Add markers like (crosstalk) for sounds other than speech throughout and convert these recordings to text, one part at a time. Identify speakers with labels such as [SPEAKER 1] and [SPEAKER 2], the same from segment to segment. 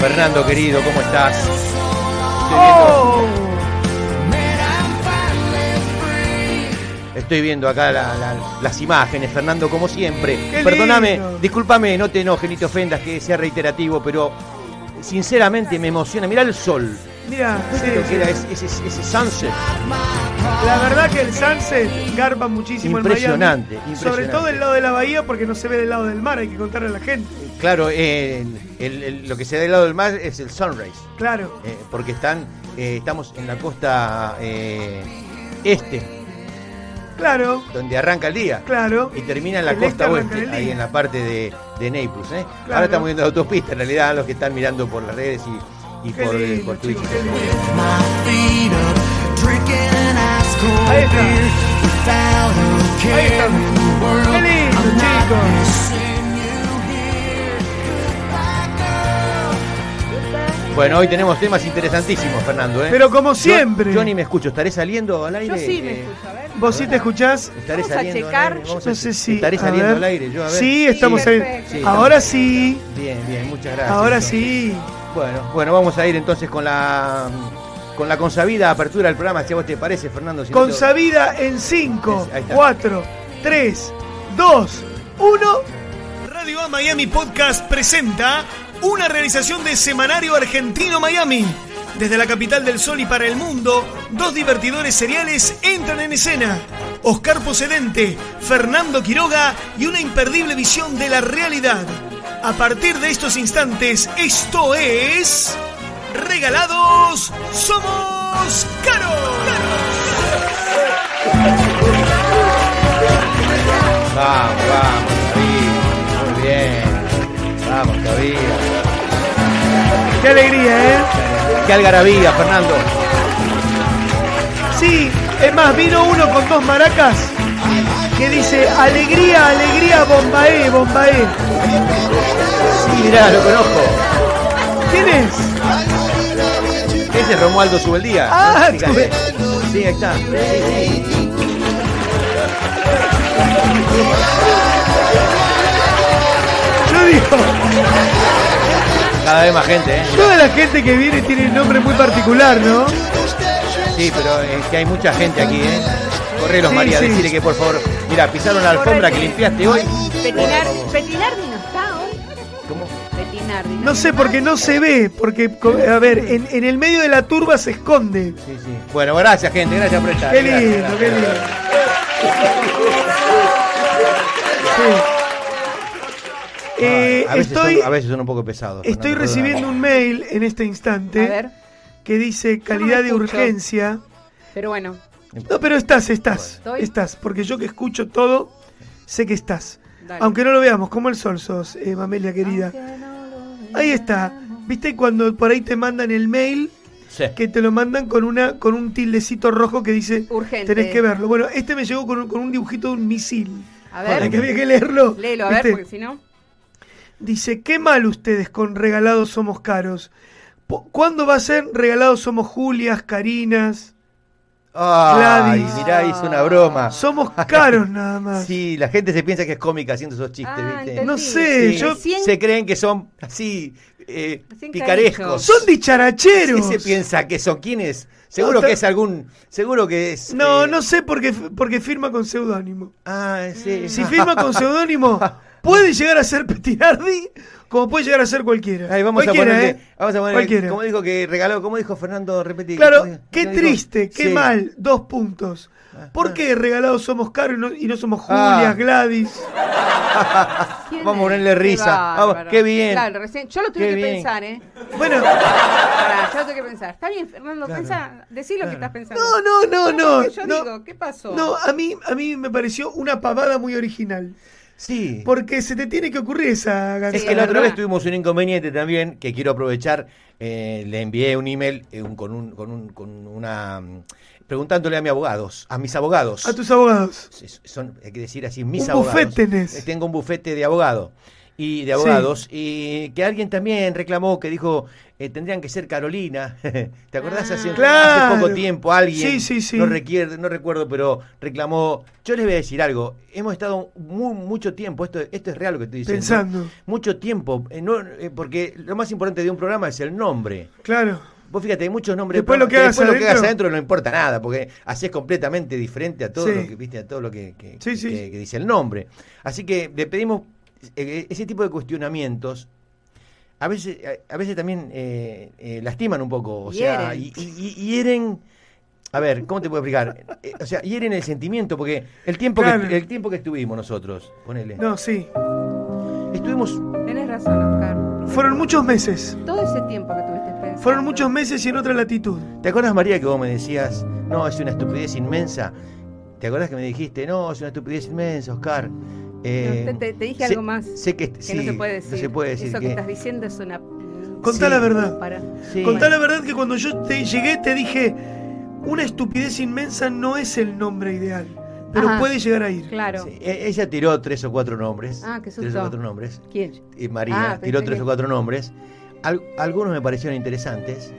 [SPEAKER 1] Fernando querido, ¿cómo estás? Estoy
[SPEAKER 2] Oh.
[SPEAKER 1] viendo, estoy viendo acá la- la- las imágenes, Fernando, como siempre.
[SPEAKER 2] Qué
[SPEAKER 1] Perdóname,
[SPEAKER 2] lindo.
[SPEAKER 1] discúlpame, no te enojes ni te ofendas que sea reiterativo, pero sinceramente me emociona. Mirá el sol.
[SPEAKER 2] Mira, sí,
[SPEAKER 1] ¿Viste lo
[SPEAKER 2] sí.
[SPEAKER 1] que era ese, ese- ese sunset?
[SPEAKER 2] la verdad que el sunset garpa muchísimo en Miami.
[SPEAKER 1] Impresionante,
[SPEAKER 2] Sobre
[SPEAKER 1] impresionante.
[SPEAKER 2] todo el lado de la bahía porque no se ve del lado del mar, hay que contarle a la gente.
[SPEAKER 1] Claro, eh, el- el- lo que se da del lado del mar es el sunrise.
[SPEAKER 2] Claro.
[SPEAKER 1] eh, porque están, eh, estamos en la costa eh, este,
[SPEAKER 2] Claro,
[SPEAKER 1] donde arranca el día.
[SPEAKER 2] claro.
[SPEAKER 1] Y termina en la
[SPEAKER 2] El este
[SPEAKER 1] costa
[SPEAKER 2] arranca
[SPEAKER 1] oeste,
[SPEAKER 2] el
[SPEAKER 1] ahí
[SPEAKER 2] día.
[SPEAKER 1] en la parte de, de Naples. ¿eh?
[SPEAKER 2] Claro.
[SPEAKER 1] Ahora estamos viendo la autopista, en realidad, los que están mirando por las redes y, y
[SPEAKER 2] Qué
[SPEAKER 1] por, eh,
[SPEAKER 2] lindo,
[SPEAKER 1] por Twitch.
[SPEAKER 2] chicos,
[SPEAKER 1] y
[SPEAKER 2] qué
[SPEAKER 1] por-
[SPEAKER 2] lindo.
[SPEAKER 3] my feet up, drinking an ice cold
[SPEAKER 2] Ahí está.
[SPEAKER 3] beer without a
[SPEAKER 2] Ahí
[SPEAKER 3] care
[SPEAKER 2] está.
[SPEAKER 3] in the world.
[SPEAKER 2] Qué lindo,
[SPEAKER 3] I'm not
[SPEAKER 2] chicos.
[SPEAKER 3] missing you here. Goodbye, girl.
[SPEAKER 1] Bueno, hoy tenemos temas interesantísimos, Fernando. ¿eh?
[SPEAKER 2] Pero como
[SPEAKER 1] Yo-
[SPEAKER 2] siempre.
[SPEAKER 1] Yo, ni me escucho, ¿estaré saliendo al aire?
[SPEAKER 4] Yo sí me
[SPEAKER 1] Eh,
[SPEAKER 4] escucho, a ver.
[SPEAKER 2] Vos sí te escuchás.
[SPEAKER 1] Estaré
[SPEAKER 4] Vamos a
[SPEAKER 1] saliendo al
[SPEAKER 4] checar.
[SPEAKER 1] aire, vamos a
[SPEAKER 2] No
[SPEAKER 1] che-
[SPEAKER 2] sé si.
[SPEAKER 1] Estaré
[SPEAKER 2] a
[SPEAKER 1] saliendo
[SPEAKER 2] ver.
[SPEAKER 1] al aire, yo a ver.
[SPEAKER 2] Sí, estamos
[SPEAKER 4] Sí,
[SPEAKER 2] ahí.
[SPEAKER 4] perfecto.
[SPEAKER 1] Sí, estamos-
[SPEAKER 2] Ahora sí.
[SPEAKER 1] Bien, bien, muchas gracias.
[SPEAKER 2] Ahora
[SPEAKER 1] Entonces,
[SPEAKER 2] sí.
[SPEAKER 1] Bueno, bueno, vamos a ir entonces con la con la consabida apertura del programa, si a vos te parece, Fernando. si no te-
[SPEAKER 2] Consabida en 5,
[SPEAKER 1] Es- ahí está.
[SPEAKER 2] 4, 3, 2, 1.
[SPEAKER 5] Radio A Miami Podcast presenta una realización de Semanario Argentino Miami. Desde la capital del sol y para el mundo, dos divertidores seriales entran en escena. Oscar Pocedente, Fernando Quiroga y una imperdible visión de la realidad. A partir de estos instantes, esto es... Regalados somos caros.
[SPEAKER 1] Vamos, vamos, David. Muy bien. Vamos, todavía.
[SPEAKER 2] Qué alegría, ¿eh?
[SPEAKER 1] Qué algarabía, Fernando.
[SPEAKER 2] Sí, es más, vino uno con dos maracas que dice alegría, alegría, Bombaé, Bombaé.
[SPEAKER 1] Sí, mirá, lo conozco.
[SPEAKER 2] ¿Quién es?
[SPEAKER 1] Ese es Romualdo Subeldía.
[SPEAKER 2] Ah,
[SPEAKER 1] Fíjate. Sí, ahí está.
[SPEAKER 2] Yo digo,
[SPEAKER 1] Cada vez más gente, ¿eh?
[SPEAKER 2] toda la gente que viene tiene un nombre muy particular, ¿no?
[SPEAKER 1] Sí, pero es que hay mucha gente aquí, ¿eh? Correlos,
[SPEAKER 2] Sí,
[SPEAKER 1] María,
[SPEAKER 2] sí.
[SPEAKER 1] decirle que por favor. Mira, pisaron la alfombra que limpiaste hoy.
[SPEAKER 4] Petinar, Petinardi no está hoy.
[SPEAKER 1] ¿Cómo?
[SPEAKER 4] Petinardi.
[SPEAKER 2] No sé, porque no se ve, porque, co- a ver, en, en el medio de la turba se esconde.
[SPEAKER 1] Sí, sí. Bueno, gracias, gente. Gracias por estar.
[SPEAKER 2] Qué
[SPEAKER 1] Gracias,
[SPEAKER 2] lindo,
[SPEAKER 1] gracias.
[SPEAKER 2] qué lindo. Sí. Eh,
[SPEAKER 1] Ah, a, veces
[SPEAKER 2] estoy,
[SPEAKER 1] son, a veces son un poco pesados.
[SPEAKER 2] estoy
[SPEAKER 1] Fernando, perdóname.
[SPEAKER 2] recibiendo un mail en este instante
[SPEAKER 4] A ver,
[SPEAKER 2] que dice
[SPEAKER 4] no me
[SPEAKER 2] calidad de
[SPEAKER 4] escucho.
[SPEAKER 2] urgencia.
[SPEAKER 4] pero bueno.
[SPEAKER 2] No, pero estás, estás,
[SPEAKER 4] Bueno. Estoy.
[SPEAKER 2] estás, porque yo que escucho todo, sé que estás.
[SPEAKER 4] Dale.
[SPEAKER 2] Aunque no lo veamos, como el sol sos, eh, Mamelia querida. Ahí está. ¿Viste cuando por ahí te mandan el mail
[SPEAKER 1] Sí.
[SPEAKER 2] que te lo mandan con una con un tildecito rojo que dice
[SPEAKER 4] Urgente.
[SPEAKER 2] tenés que verlo? Bueno, este me llegó con un, con un dibujito de un misil.
[SPEAKER 4] A
[SPEAKER 2] Para que
[SPEAKER 4] ver,
[SPEAKER 2] había que leerlo.
[SPEAKER 4] léelo, a ver, pues.
[SPEAKER 2] ¿viste?
[SPEAKER 4] porque si no.
[SPEAKER 2] Dice, qué mal ustedes con regalados somos caros. Po- ¿Cuándo va a ser regalados somos Julias, Carinas?
[SPEAKER 1] Ay,
[SPEAKER 2] Gladys.
[SPEAKER 1] mirá, hizo una
[SPEAKER 4] Ah.
[SPEAKER 1] broma.
[SPEAKER 2] Somos caros nada más.
[SPEAKER 1] Sí, la gente se piensa que es cómica haciendo esos chistes,
[SPEAKER 4] Ah,
[SPEAKER 1] ¿viste?
[SPEAKER 4] entendí.
[SPEAKER 2] No sé,
[SPEAKER 1] Sí,
[SPEAKER 2] yo-
[SPEAKER 4] Recién-
[SPEAKER 1] Se creen que son así, eh,
[SPEAKER 4] Recién
[SPEAKER 1] picarescos.
[SPEAKER 4] canijo.
[SPEAKER 2] Son
[SPEAKER 1] ¿Qué
[SPEAKER 2] dicharacheros.
[SPEAKER 1] se piensa que son? ¿Quién es? Seguro
[SPEAKER 2] Otra-
[SPEAKER 1] que es algún... Seguro que es...
[SPEAKER 2] No,
[SPEAKER 1] eh,
[SPEAKER 2] no sé porque, porque firma con seudónimo.
[SPEAKER 1] Ah, sí.
[SPEAKER 2] Si firma
[SPEAKER 1] (laughs)
[SPEAKER 2] con seudónimo, puede llegar a ser Petinardi como puede llegar a ser cualquiera.
[SPEAKER 1] Ay, vamos, a
[SPEAKER 2] Cualquiera,
[SPEAKER 1] ponerle,
[SPEAKER 2] ¿eh?
[SPEAKER 1] vamos a ponerle...
[SPEAKER 2] Cualquiera.
[SPEAKER 1] ¿Cómo dijo que regaló? ¿Cómo dijo Fernando? Repetí. ¿Cómo
[SPEAKER 2] Claro,
[SPEAKER 1] dijo?
[SPEAKER 2] qué
[SPEAKER 1] ¿Cómo dijo?
[SPEAKER 2] triste, qué
[SPEAKER 1] Sí.
[SPEAKER 2] mal. Dos puntos. ¿Por qué regalados somos caros y no, y no somos
[SPEAKER 1] Ah.
[SPEAKER 2] Julias, Gladys?
[SPEAKER 4] ¿quién
[SPEAKER 1] Vamos a
[SPEAKER 4] es?
[SPEAKER 1] ponerle
[SPEAKER 4] Qué
[SPEAKER 1] risa.
[SPEAKER 4] bárbaro.
[SPEAKER 1] Vamos, qué bien.
[SPEAKER 4] Claro, recién. Yo lo tuve
[SPEAKER 1] Qué
[SPEAKER 4] que
[SPEAKER 1] bien.
[SPEAKER 4] pensar, ¿eh?
[SPEAKER 2] Bueno,
[SPEAKER 4] Pará, yo lo tuve que pensar. Está bien, Fernando, pensá. Decí lo que estás pensando.
[SPEAKER 2] no, no, no, no.
[SPEAKER 4] Porque Yo
[SPEAKER 2] no.
[SPEAKER 4] digo, ¿qué pasó?
[SPEAKER 2] No, a mí, a mí me pareció una pavada muy original.
[SPEAKER 1] Sí.
[SPEAKER 2] Porque se te tiene que ocurrir esa
[SPEAKER 1] Es que
[SPEAKER 2] gansada.
[SPEAKER 4] Sí,
[SPEAKER 1] la
[SPEAKER 4] es
[SPEAKER 1] otra
[SPEAKER 4] verdad.
[SPEAKER 1] vez tuvimos un inconveniente también que quiero aprovechar. eh, le envié un email eh, un- con, un, con, un- con una. mm, preguntándole a mis abogados, a mis abogados.
[SPEAKER 2] A tus abogados.
[SPEAKER 1] Es- Son, hay que decir así, mis
[SPEAKER 2] Un
[SPEAKER 1] abogados.
[SPEAKER 2] bufete tenés.
[SPEAKER 1] Eh, Tengo un bufete de abogado. y de abogados y que alguien también reclamó que dijo eh, tendrían que ser Carolina (laughs) te acordás hace,
[SPEAKER 4] Ah.
[SPEAKER 2] Claro.
[SPEAKER 1] hace poco tiempo alguien
[SPEAKER 2] Sí, sí, sí.
[SPEAKER 1] no requiere no recuerdo pero reclamó yo les voy a decir algo hemos estado mu- mucho tiempo esto esto es real lo que estoy diciendo
[SPEAKER 2] Pensando.
[SPEAKER 1] mucho tiempo eh, no, eh, porque lo más importante de un programa es el nombre
[SPEAKER 2] Claro.
[SPEAKER 1] Vos fíjate, hay muchos nombres. de
[SPEAKER 2] Después lo
[SPEAKER 1] programas
[SPEAKER 2] que
[SPEAKER 1] después
[SPEAKER 2] hagas
[SPEAKER 1] lo
[SPEAKER 2] adentro-
[SPEAKER 1] hagas adentro no importa nada, porque haces completamente diferente a todo
[SPEAKER 2] Sí.
[SPEAKER 1] lo que viste, a todo lo que, que-
[SPEAKER 2] Sí, sí.
[SPEAKER 1] que- que dice el nombre. Así que le pedimos eh, ese tipo de cuestionamientos. A veces, a, a veces también eh, eh, lastiman un poco, o sea,
[SPEAKER 4] Hieren.
[SPEAKER 1] y, y- y- hieren. A ver, ¿cómo te puedo explicar? Eh, o sea, hieren el sentimiento, porque el tiempo
[SPEAKER 2] Claro.
[SPEAKER 1] que el tiempo que estuvimos nosotros, ponele,
[SPEAKER 2] No, sí.
[SPEAKER 1] estuvimos
[SPEAKER 4] Tenés razón, Oscar.
[SPEAKER 2] Fueron muchos meses.
[SPEAKER 4] Todo ese tiempo que tuviste pensando.
[SPEAKER 2] Fueron muchos meses y en otra latitud.
[SPEAKER 1] ¿Te acuerdas, María, que vos me decías, no, es una estupidez inmensa? ¿Te acuerdas que me dijiste, no, es una estupidez inmensa, Oscar? Eh,
[SPEAKER 4] No, te- te- te dije
[SPEAKER 1] sé-
[SPEAKER 4] algo más
[SPEAKER 1] Sé que,
[SPEAKER 4] Que
[SPEAKER 1] sí,
[SPEAKER 4] no se puede decir.
[SPEAKER 1] No se puede decir
[SPEAKER 4] Eso que,
[SPEAKER 1] que-
[SPEAKER 4] estás diciendo es una.
[SPEAKER 2] Contá
[SPEAKER 1] Sí.
[SPEAKER 2] la verdad.
[SPEAKER 4] Para.
[SPEAKER 1] Sí.
[SPEAKER 2] Contá la verdad que cuando yo te llegué te dije, una estupidez inmensa no es el nombre ideal, pero
[SPEAKER 4] Ajá.
[SPEAKER 2] puede llegar a ir.
[SPEAKER 4] Claro.
[SPEAKER 1] Sí, e- ella tiró tres o cuatro nombres.
[SPEAKER 4] Ah, qué
[SPEAKER 1] Tres
[SPEAKER 4] susto.
[SPEAKER 1] o cuatro nombres.
[SPEAKER 4] ¿Quién?
[SPEAKER 1] Y María
[SPEAKER 4] Ah,
[SPEAKER 1] tiró
[SPEAKER 4] pensé
[SPEAKER 1] tres
[SPEAKER 4] que-
[SPEAKER 1] o cuatro nombres. Al- algunos me parecieron interesantes,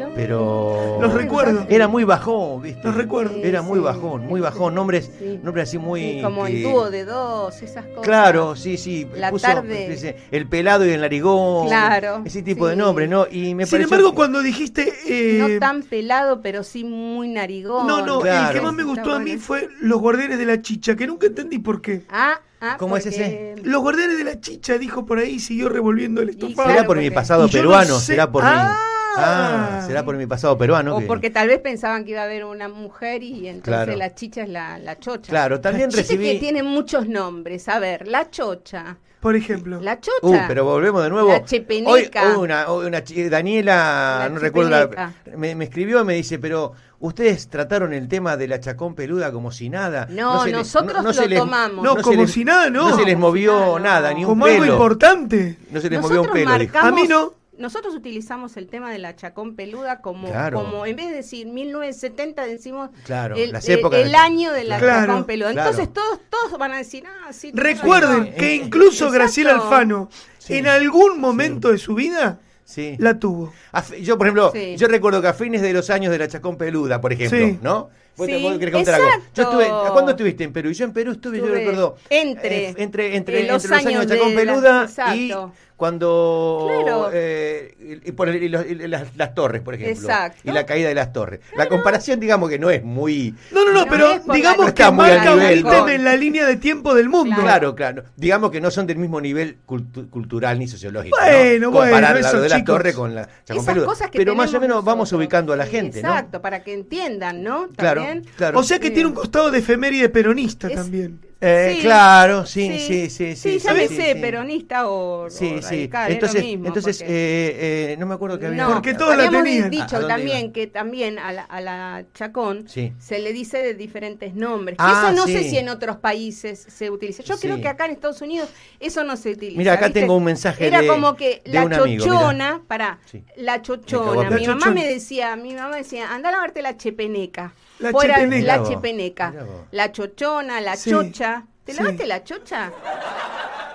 [SPEAKER 4] ¿Yo?
[SPEAKER 1] pero...
[SPEAKER 2] Los recuerdo.
[SPEAKER 1] Era muy bajón, ¿viste?
[SPEAKER 2] Los recuerdo.
[SPEAKER 1] Era muy
[SPEAKER 4] Sí,
[SPEAKER 1] bajón, muy
[SPEAKER 4] sí.
[SPEAKER 1] bajón. Nombres,
[SPEAKER 4] Sí.
[SPEAKER 1] nombres así muy...
[SPEAKER 4] Sí, como
[SPEAKER 1] que-
[SPEAKER 4] el dúo de dos, esas cosas.
[SPEAKER 1] Claro, sí, sí.
[SPEAKER 4] La tarde.
[SPEAKER 1] dice, el pelado y el narigón.
[SPEAKER 4] Claro,
[SPEAKER 1] Ese tipo de
[SPEAKER 4] sí.
[SPEAKER 1] nombre, ¿no? Y me
[SPEAKER 2] Sin
[SPEAKER 1] pareció
[SPEAKER 2] embargo,
[SPEAKER 1] que-
[SPEAKER 2] cuando dijiste... eh,
[SPEAKER 4] No tan pelado, pero sí muy narigón. Ah,
[SPEAKER 2] no, no, el que
[SPEAKER 1] Claro.
[SPEAKER 2] más me gustó a mí
[SPEAKER 4] Está
[SPEAKER 2] fue Los Guardianes de la Chicha, que nunca entendí por qué.
[SPEAKER 4] Ah, ah,
[SPEAKER 1] ¿Cómo es
[SPEAKER 4] porque-
[SPEAKER 1] ese?
[SPEAKER 2] Los Guardianes de la Chicha dijo por ahí y siguió revolviendo el
[SPEAKER 1] será
[SPEAKER 2] estofado.
[SPEAKER 4] claro,
[SPEAKER 1] por mi
[SPEAKER 4] porque-
[SPEAKER 1] pasado
[SPEAKER 2] Y yo no
[SPEAKER 1] peruano,
[SPEAKER 2] sé-
[SPEAKER 1] será por
[SPEAKER 2] Ah.
[SPEAKER 1] mi. Ah, será por mi pasado peruano.
[SPEAKER 4] O
[SPEAKER 1] que-
[SPEAKER 4] porque tal vez pensaban que iba a haber una mujer y entonces
[SPEAKER 1] Claro.
[SPEAKER 4] la chicha es la, la chocha.
[SPEAKER 1] Claro, también
[SPEAKER 4] Viste que
[SPEAKER 1] recibí.
[SPEAKER 4] tiene muchos nombres. A ver, la chocha.
[SPEAKER 2] Por ejemplo.
[SPEAKER 4] La chocha.
[SPEAKER 1] Uh, pero volvemos de nuevo.
[SPEAKER 4] La chepeneca.
[SPEAKER 1] Hoy, hoy una, hoy una chi- eh, Daniela,
[SPEAKER 4] La
[SPEAKER 1] no recuerdo la,
[SPEAKER 4] chepeneca.
[SPEAKER 1] me, me escribió y me dice, pero ustedes trataron el tema de la chacón peluda como si nada.
[SPEAKER 4] No,
[SPEAKER 1] se
[SPEAKER 4] nosotros lo tomamos.
[SPEAKER 2] No,
[SPEAKER 1] se
[SPEAKER 2] como
[SPEAKER 1] les-
[SPEAKER 2] si nada, no.
[SPEAKER 1] No se les movió
[SPEAKER 4] Como si nada,
[SPEAKER 1] nada,
[SPEAKER 4] no.
[SPEAKER 1] ni un
[SPEAKER 2] Como algo
[SPEAKER 1] pelo.
[SPEAKER 2] importante.
[SPEAKER 1] No se les movió
[SPEAKER 4] Nosotros
[SPEAKER 1] un pelo. dijo.
[SPEAKER 4] marcamos,
[SPEAKER 2] A mí no.
[SPEAKER 4] Nosotros utilizamos el tema de la chacón peluda como,
[SPEAKER 1] Claro.
[SPEAKER 4] como en vez de decir 1970 decimos
[SPEAKER 1] Claro,
[SPEAKER 4] el,
[SPEAKER 1] las
[SPEAKER 4] el-
[SPEAKER 1] épocas
[SPEAKER 4] el
[SPEAKER 1] de-
[SPEAKER 4] año de la
[SPEAKER 2] Claro,
[SPEAKER 4] chacón peluda.
[SPEAKER 1] claro.
[SPEAKER 4] Entonces todos todos van a decir, ah, sí. tenés
[SPEAKER 2] Recuerden
[SPEAKER 4] razón.
[SPEAKER 2] que incluso Graciela
[SPEAKER 4] Exacto.
[SPEAKER 2] Alfano,
[SPEAKER 1] Sí.
[SPEAKER 2] en algún momento de su vida,
[SPEAKER 1] Sí.
[SPEAKER 2] la tuvo.
[SPEAKER 1] A fi- Yo, por ejemplo,
[SPEAKER 4] Sí.
[SPEAKER 1] yo recuerdo que a fines de los años de la Chacón Peluda, por ejemplo,
[SPEAKER 2] Sí.
[SPEAKER 1] ¿no? ¿Vos te
[SPEAKER 4] Sí,
[SPEAKER 1] vos querés contar algo?
[SPEAKER 4] exacto.
[SPEAKER 1] Yo estuve, ¿a ¿Cuándo estuviste en Perú? Yo en Perú estuve, yo
[SPEAKER 4] Estuve
[SPEAKER 1] recuerdo.
[SPEAKER 4] entre-
[SPEAKER 1] eh, entre, entre,
[SPEAKER 4] eh, los
[SPEAKER 1] entre los años
[SPEAKER 4] años
[SPEAKER 1] de Chacón
[SPEAKER 4] de la-
[SPEAKER 1] Peluda y
[SPEAKER 4] exacto.
[SPEAKER 1] cuando.
[SPEAKER 4] Claro.
[SPEAKER 1] eh, y- y por el- y los- y las, las torres, por ejemplo.
[SPEAKER 4] Exacto.
[SPEAKER 1] Y la caída de las torres. La comparación, digamos que no es muy.
[SPEAKER 2] No, no, no,
[SPEAKER 4] No es
[SPEAKER 2] pero
[SPEAKER 4] por la
[SPEAKER 2] digamos
[SPEAKER 1] No
[SPEAKER 2] que
[SPEAKER 1] está muy al
[SPEAKER 2] marca un
[SPEAKER 1] nivel,
[SPEAKER 2] ítem
[SPEAKER 1] ¿no?
[SPEAKER 2] en la línea de tiempo del mundo.
[SPEAKER 1] Claro, claro. Digamos que no son del mismo nivel cultu- cultural ni sociológico.
[SPEAKER 2] Bueno,
[SPEAKER 1] ¿no? Comparar
[SPEAKER 2] bueno,
[SPEAKER 1] la
[SPEAKER 2] esos
[SPEAKER 1] de la
[SPEAKER 2] chicos.
[SPEAKER 1] torre con la Chacón
[SPEAKER 4] Esas
[SPEAKER 1] Peluda.
[SPEAKER 4] cosas que
[SPEAKER 1] Pero más o
[SPEAKER 4] tenemos
[SPEAKER 1] menos vamos
[SPEAKER 4] nosotros.
[SPEAKER 1] ubicando a la
[SPEAKER 4] Sí,
[SPEAKER 1] gente, ¿no?
[SPEAKER 4] Exacto, para que entiendan, ¿no?
[SPEAKER 1] Claro,
[SPEAKER 4] También.
[SPEAKER 1] claro.
[SPEAKER 2] O sea que
[SPEAKER 4] Sí.
[SPEAKER 2] tiene un costado de efeméride peronista
[SPEAKER 4] Es-
[SPEAKER 2] también.
[SPEAKER 1] Eh,
[SPEAKER 4] Sí,
[SPEAKER 1] claro, sí, sí, sí, sí. sí,
[SPEAKER 4] Sí, llámese
[SPEAKER 1] sí, sí.
[SPEAKER 4] peronista o, o
[SPEAKER 1] Sí, sí.
[SPEAKER 4] radical, es lo
[SPEAKER 1] Entonces,
[SPEAKER 4] mismo,
[SPEAKER 1] entonces
[SPEAKER 4] porque-
[SPEAKER 1] eh, eh, no me acuerdo que había. Ah,
[SPEAKER 4] No,
[SPEAKER 2] Porque todos la
[SPEAKER 4] habíamos
[SPEAKER 2] tenían.
[SPEAKER 1] ¿A
[SPEAKER 4] dicho
[SPEAKER 1] dónde
[SPEAKER 4] también
[SPEAKER 1] iba?
[SPEAKER 4] que también a la, a la Chacón
[SPEAKER 1] Sí.
[SPEAKER 4] se le dice de diferentes nombres. Que
[SPEAKER 1] Ah,
[SPEAKER 4] eso no sé
[SPEAKER 1] sí.
[SPEAKER 4] si en otros países se utiliza. Yo creo
[SPEAKER 1] Sí.
[SPEAKER 4] que acá en Estados Unidos eso no se utiliza.
[SPEAKER 1] Mira, acá
[SPEAKER 4] ¿viste?
[SPEAKER 1] tengo un mensaje
[SPEAKER 4] Era
[SPEAKER 1] de-
[SPEAKER 4] como que
[SPEAKER 1] de
[SPEAKER 4] la
[SPEAKER 1] un amigo,
[SPEAKER 4] chochona, para
[SPEAKER 1] Sí.
[SPEAKER 4] la
[SPEAKER 1] Me
[SPEAKER 4] chochona.
[SPEAKER 1] cagó a
[SPEAKER 4] Mi
[SPEAKER 2] pedo.
[SPEAKER 4] mamá me decía, mi mamá decía, anda a lavarte la chepeneca.
[SPEAKER 2] La
[SPEAKER 4] Fuera-
[SPEAKER 2] chepeneca.
[SPEAKER 1] Mirá
[SPEAKER 4] La
[SPEAKER 1] vos,
[SPEAKER 4] chepeneca.
[SPEAKER 1] mirá vos.
[SPEAKER 4] La chochona, la
[SPEAKER 2] Sí,
[SPEAKER 4] chocha. ¿Te
[SPEAKER 2] sí.
[SPEAKER 4] lavaste la chocha?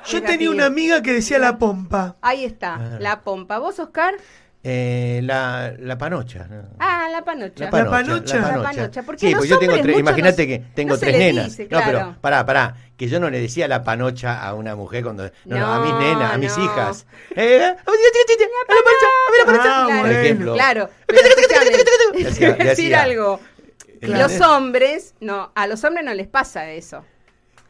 [SPEAKER 2] Yo
[SPEAKER 4] Era
[SPEAKER 2] tenía
[SPEAKER 4] tío.
[SPEAKER 2] una amiga que decía la pompa.
[SPEAKER 4] Ahí está, la pompa. ¿Vos, Oscar?
[SPEAKER 1] Eh, la, la panocha. ¿no?
[SPEAKER 4] Ah, la panocha.
[SPEAKER 1] La panocha,
[SPEAKER 2] panocha.
[SPEAKER 1] la
[SPEAKER 2] La
[SPEAKER 1] panocha.
[SPEAKER 4] panocha, porque
[SPEAKER 1] sí,
[SPEAKER 4] los
[SPEAKER 1] porque yo tengo
[SPEAKER 4] hombres
[SPEAKER 1] tres,
[SPEAKER 4] muchos
[SPEAKER 1] imagínate
[SPEAKER 4] no-
[SPEAKER 1] que
[SPEAKER 4] no
[SPEAKER 1] tengo
[SPEAKER 4] se
[SPEAKER 1] tres
[SPEAKER 4] les
[SPEAKER 1] nenas.
[SPEAKER 4] dice,
[SPEAKER 1] No, pero
[SPEAKER 4] claro.
[SPEAKER 1] pará, pará, que yo no le decía la panocha a una mujer cuando no, no, a mis
[SPEAKER 4] No,
[SPEAKER 1] nenas, a mis
[SPEAKER 4] no.
[SPEAKER 1] hijas. Eh, a la panocha, a la panocha.
[SPEAKER 2] Ah,
[SPEAKER 4] Claro,
[SPEAKER 1] por ejemplo. (laughs)
[SPEAKER 4] Claro. pero escúchame,
[SPEAKER 1] Le
[SPEAKER 4] te
[SPEAKER 1] hacía-
[SPEAKER 4] voy a
[SPEAKER 1] le
[SPEAKER 4] decir
[SPEAKER 1] hacía. Eh,
[SPEAKER 4] algo.
[SPEAKER 1] ¿Entendés?
[SPEAKER 4] Los hombres, no, a los hombres no les pasa eso.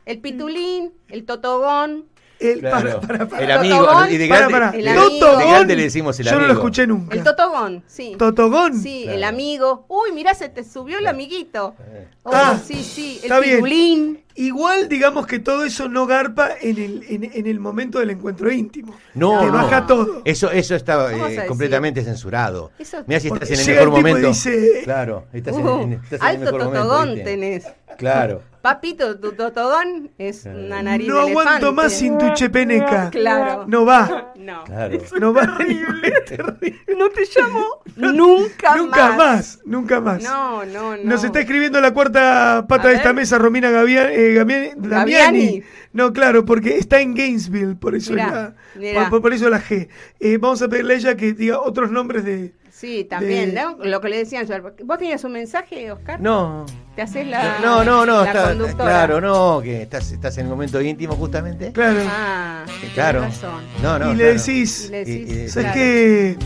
[SPEAKER 4] El pitulín, el totogón,
[SPEAKER 2] El,
[SPEAKER 1] Claro.
[SPEAKER 2] para, para, para.
[SPEAKER 1] El amigo,
[SPEAKER 4] Totogón.
[SPEAKER 1] y de
[SPEAKER 2] Para,
[SPEAKER 1] grande,
[SPEAKER 2] para.
[SPEAKER 1] de
[SPEAKER 4] el
[SPEAKER 1] grande-
[SPEAKER 4] amigo.
[SPEAKER 1] de
[SPEAKER 2] Totogón.
[SPEAKER 1] grande le decimos el
[SPEAKER 2] Yo no lo
[SPEAKER 1] amigo.
[SPEAKER 2] escuché nunca.
[SPEAKER 4] el totogón, sí.
[SPEAKER 2] Totogón.
[SPEAKER 4] Sí,
[SPEAKER 1] Claro.
[SPEAKER 4] el amigo. Uy, mirá, se te subió el amiguito.
[SPEAKER 1] Eh,
[SPEAKER 4] Oh,
[SPEAKER 2] Ah,
[SPEAKER 4] sí, sí,
[SPEAKER 2] está
[SPEAKER 4] el
[SPEAKER 2] bien.
[SPEAKER 4] pitulín.
[SPEAKER 2] Igual digamos que todo eso no garpa en el, en, en el momento del encuentro íntimo.
[SPEAKER 1] No,
[SPEAKER 2] Te
[SPEAKER 1] no.
[SPEAKER 2] baja todo.
[SPEAKER 1] Eso, eso está
[SPEAKER 4] ¿Cómo
[SPEAKER 1] eh,
[SPEAKER 4] vas a decir?
[SPEAKER 1] completamente censurado.
[SPEAKER 4] Eso-
[SPEAKER 1] Mirá si
[SPEAKER 2] Porque
[SPEAKER 1] estás en el
[SPEAKER 2] llega
[SPEAKER 1] mejor
[SPEAKER 2] el tipo y
[SPEAKER 1] momento.
[SPEAKER 2] dice-
[SPEAKER 1] Claro, estás en-
[SPEAKER 4] Uh,
[SPEAKER 1] en, estás en el
[SPEAKER 4] alto
[SPEAKER 1] mejor momento.
[SPEAKER 4] totogón
[SPEAKER 1] ¿viste?
[SPEAKER 4] tenés.
[SPEAKER 1] Claro.
[SPEAKER 4] Papito, tu totodón es una nariz
[SPEAKER 2] No
[SPEAKER 4] de elefante.
[SPEAKER 2] aguanto más sin tu chepeneca.
[SPEAKER 4] Claro.
[SPEAKER 2] No
[SPEAKER 4] (laughs)
[SPEAKER 2] va.
[SPEAKER 4] No.
[SPEAKER 1] Claro.
[SPEAKER 2] No va. (laughs)
[SPEAKER 4] No te llamo nunca,
[SPEAKER 2] Nunca más. Nunca más.
[SPEAKER 4] No, no, no.
[SPEAKER 2] Nos está escribiendo la cuarta pata
[SPEAKER 4] A
[SPEAKER 2] de esta
[SPEAKER 4] ver.
[SPEAKER 2] mesa, Romina Gavia- eh, Gamia- Damiani.
[SPEAKER 4] Gaviani.
[SPEAKER 2] No, claro, porque está en Gainesville, por eso,
[SPEAKER 4] Mirá,
[SPEAKER 2] la,
[SPEAKER 4] mirá.
[SPEAKER 2] por, por eso la G. Eh, vamos a pedirle a ella que diga otros nombres de...
[SPEAKER 4] Sí, también,
[SPEAKER 2] de-
[SPEAKER 4] ¿no? Lo que le decían yo. ¿Vos tenías un mensaje, Oscar?
[SPEAKER 1] No.
[SPEAKER 4] ¿Te haces la
[SPEAKER 1] No, no, no,
[SPEAKER 4] la
[SPEAKER 1] está-
[SPEAKER 4] conductora?
[SPEAKER 1] claro, no, que estás, estás en un momento íntimo justamente.
[SPEAKER 2] Claro.
[SPEAKER 4] Ah,
[SPEAKER 1] Eh, Claro.
[SPEAKER 4] tenés razón.
[SPEAKER 1] No, no,
[SPEAKER 2] y le
[SPEAKER 1] claro.
[SPEAKER 2] decís,
[SPEAKER 4] Y le decís,
[SPEAKER 1] Y- y-
[SPEAKER 2] ¿sabes
[SPEAKER 4] claro.
[SPEAKER 2] qué?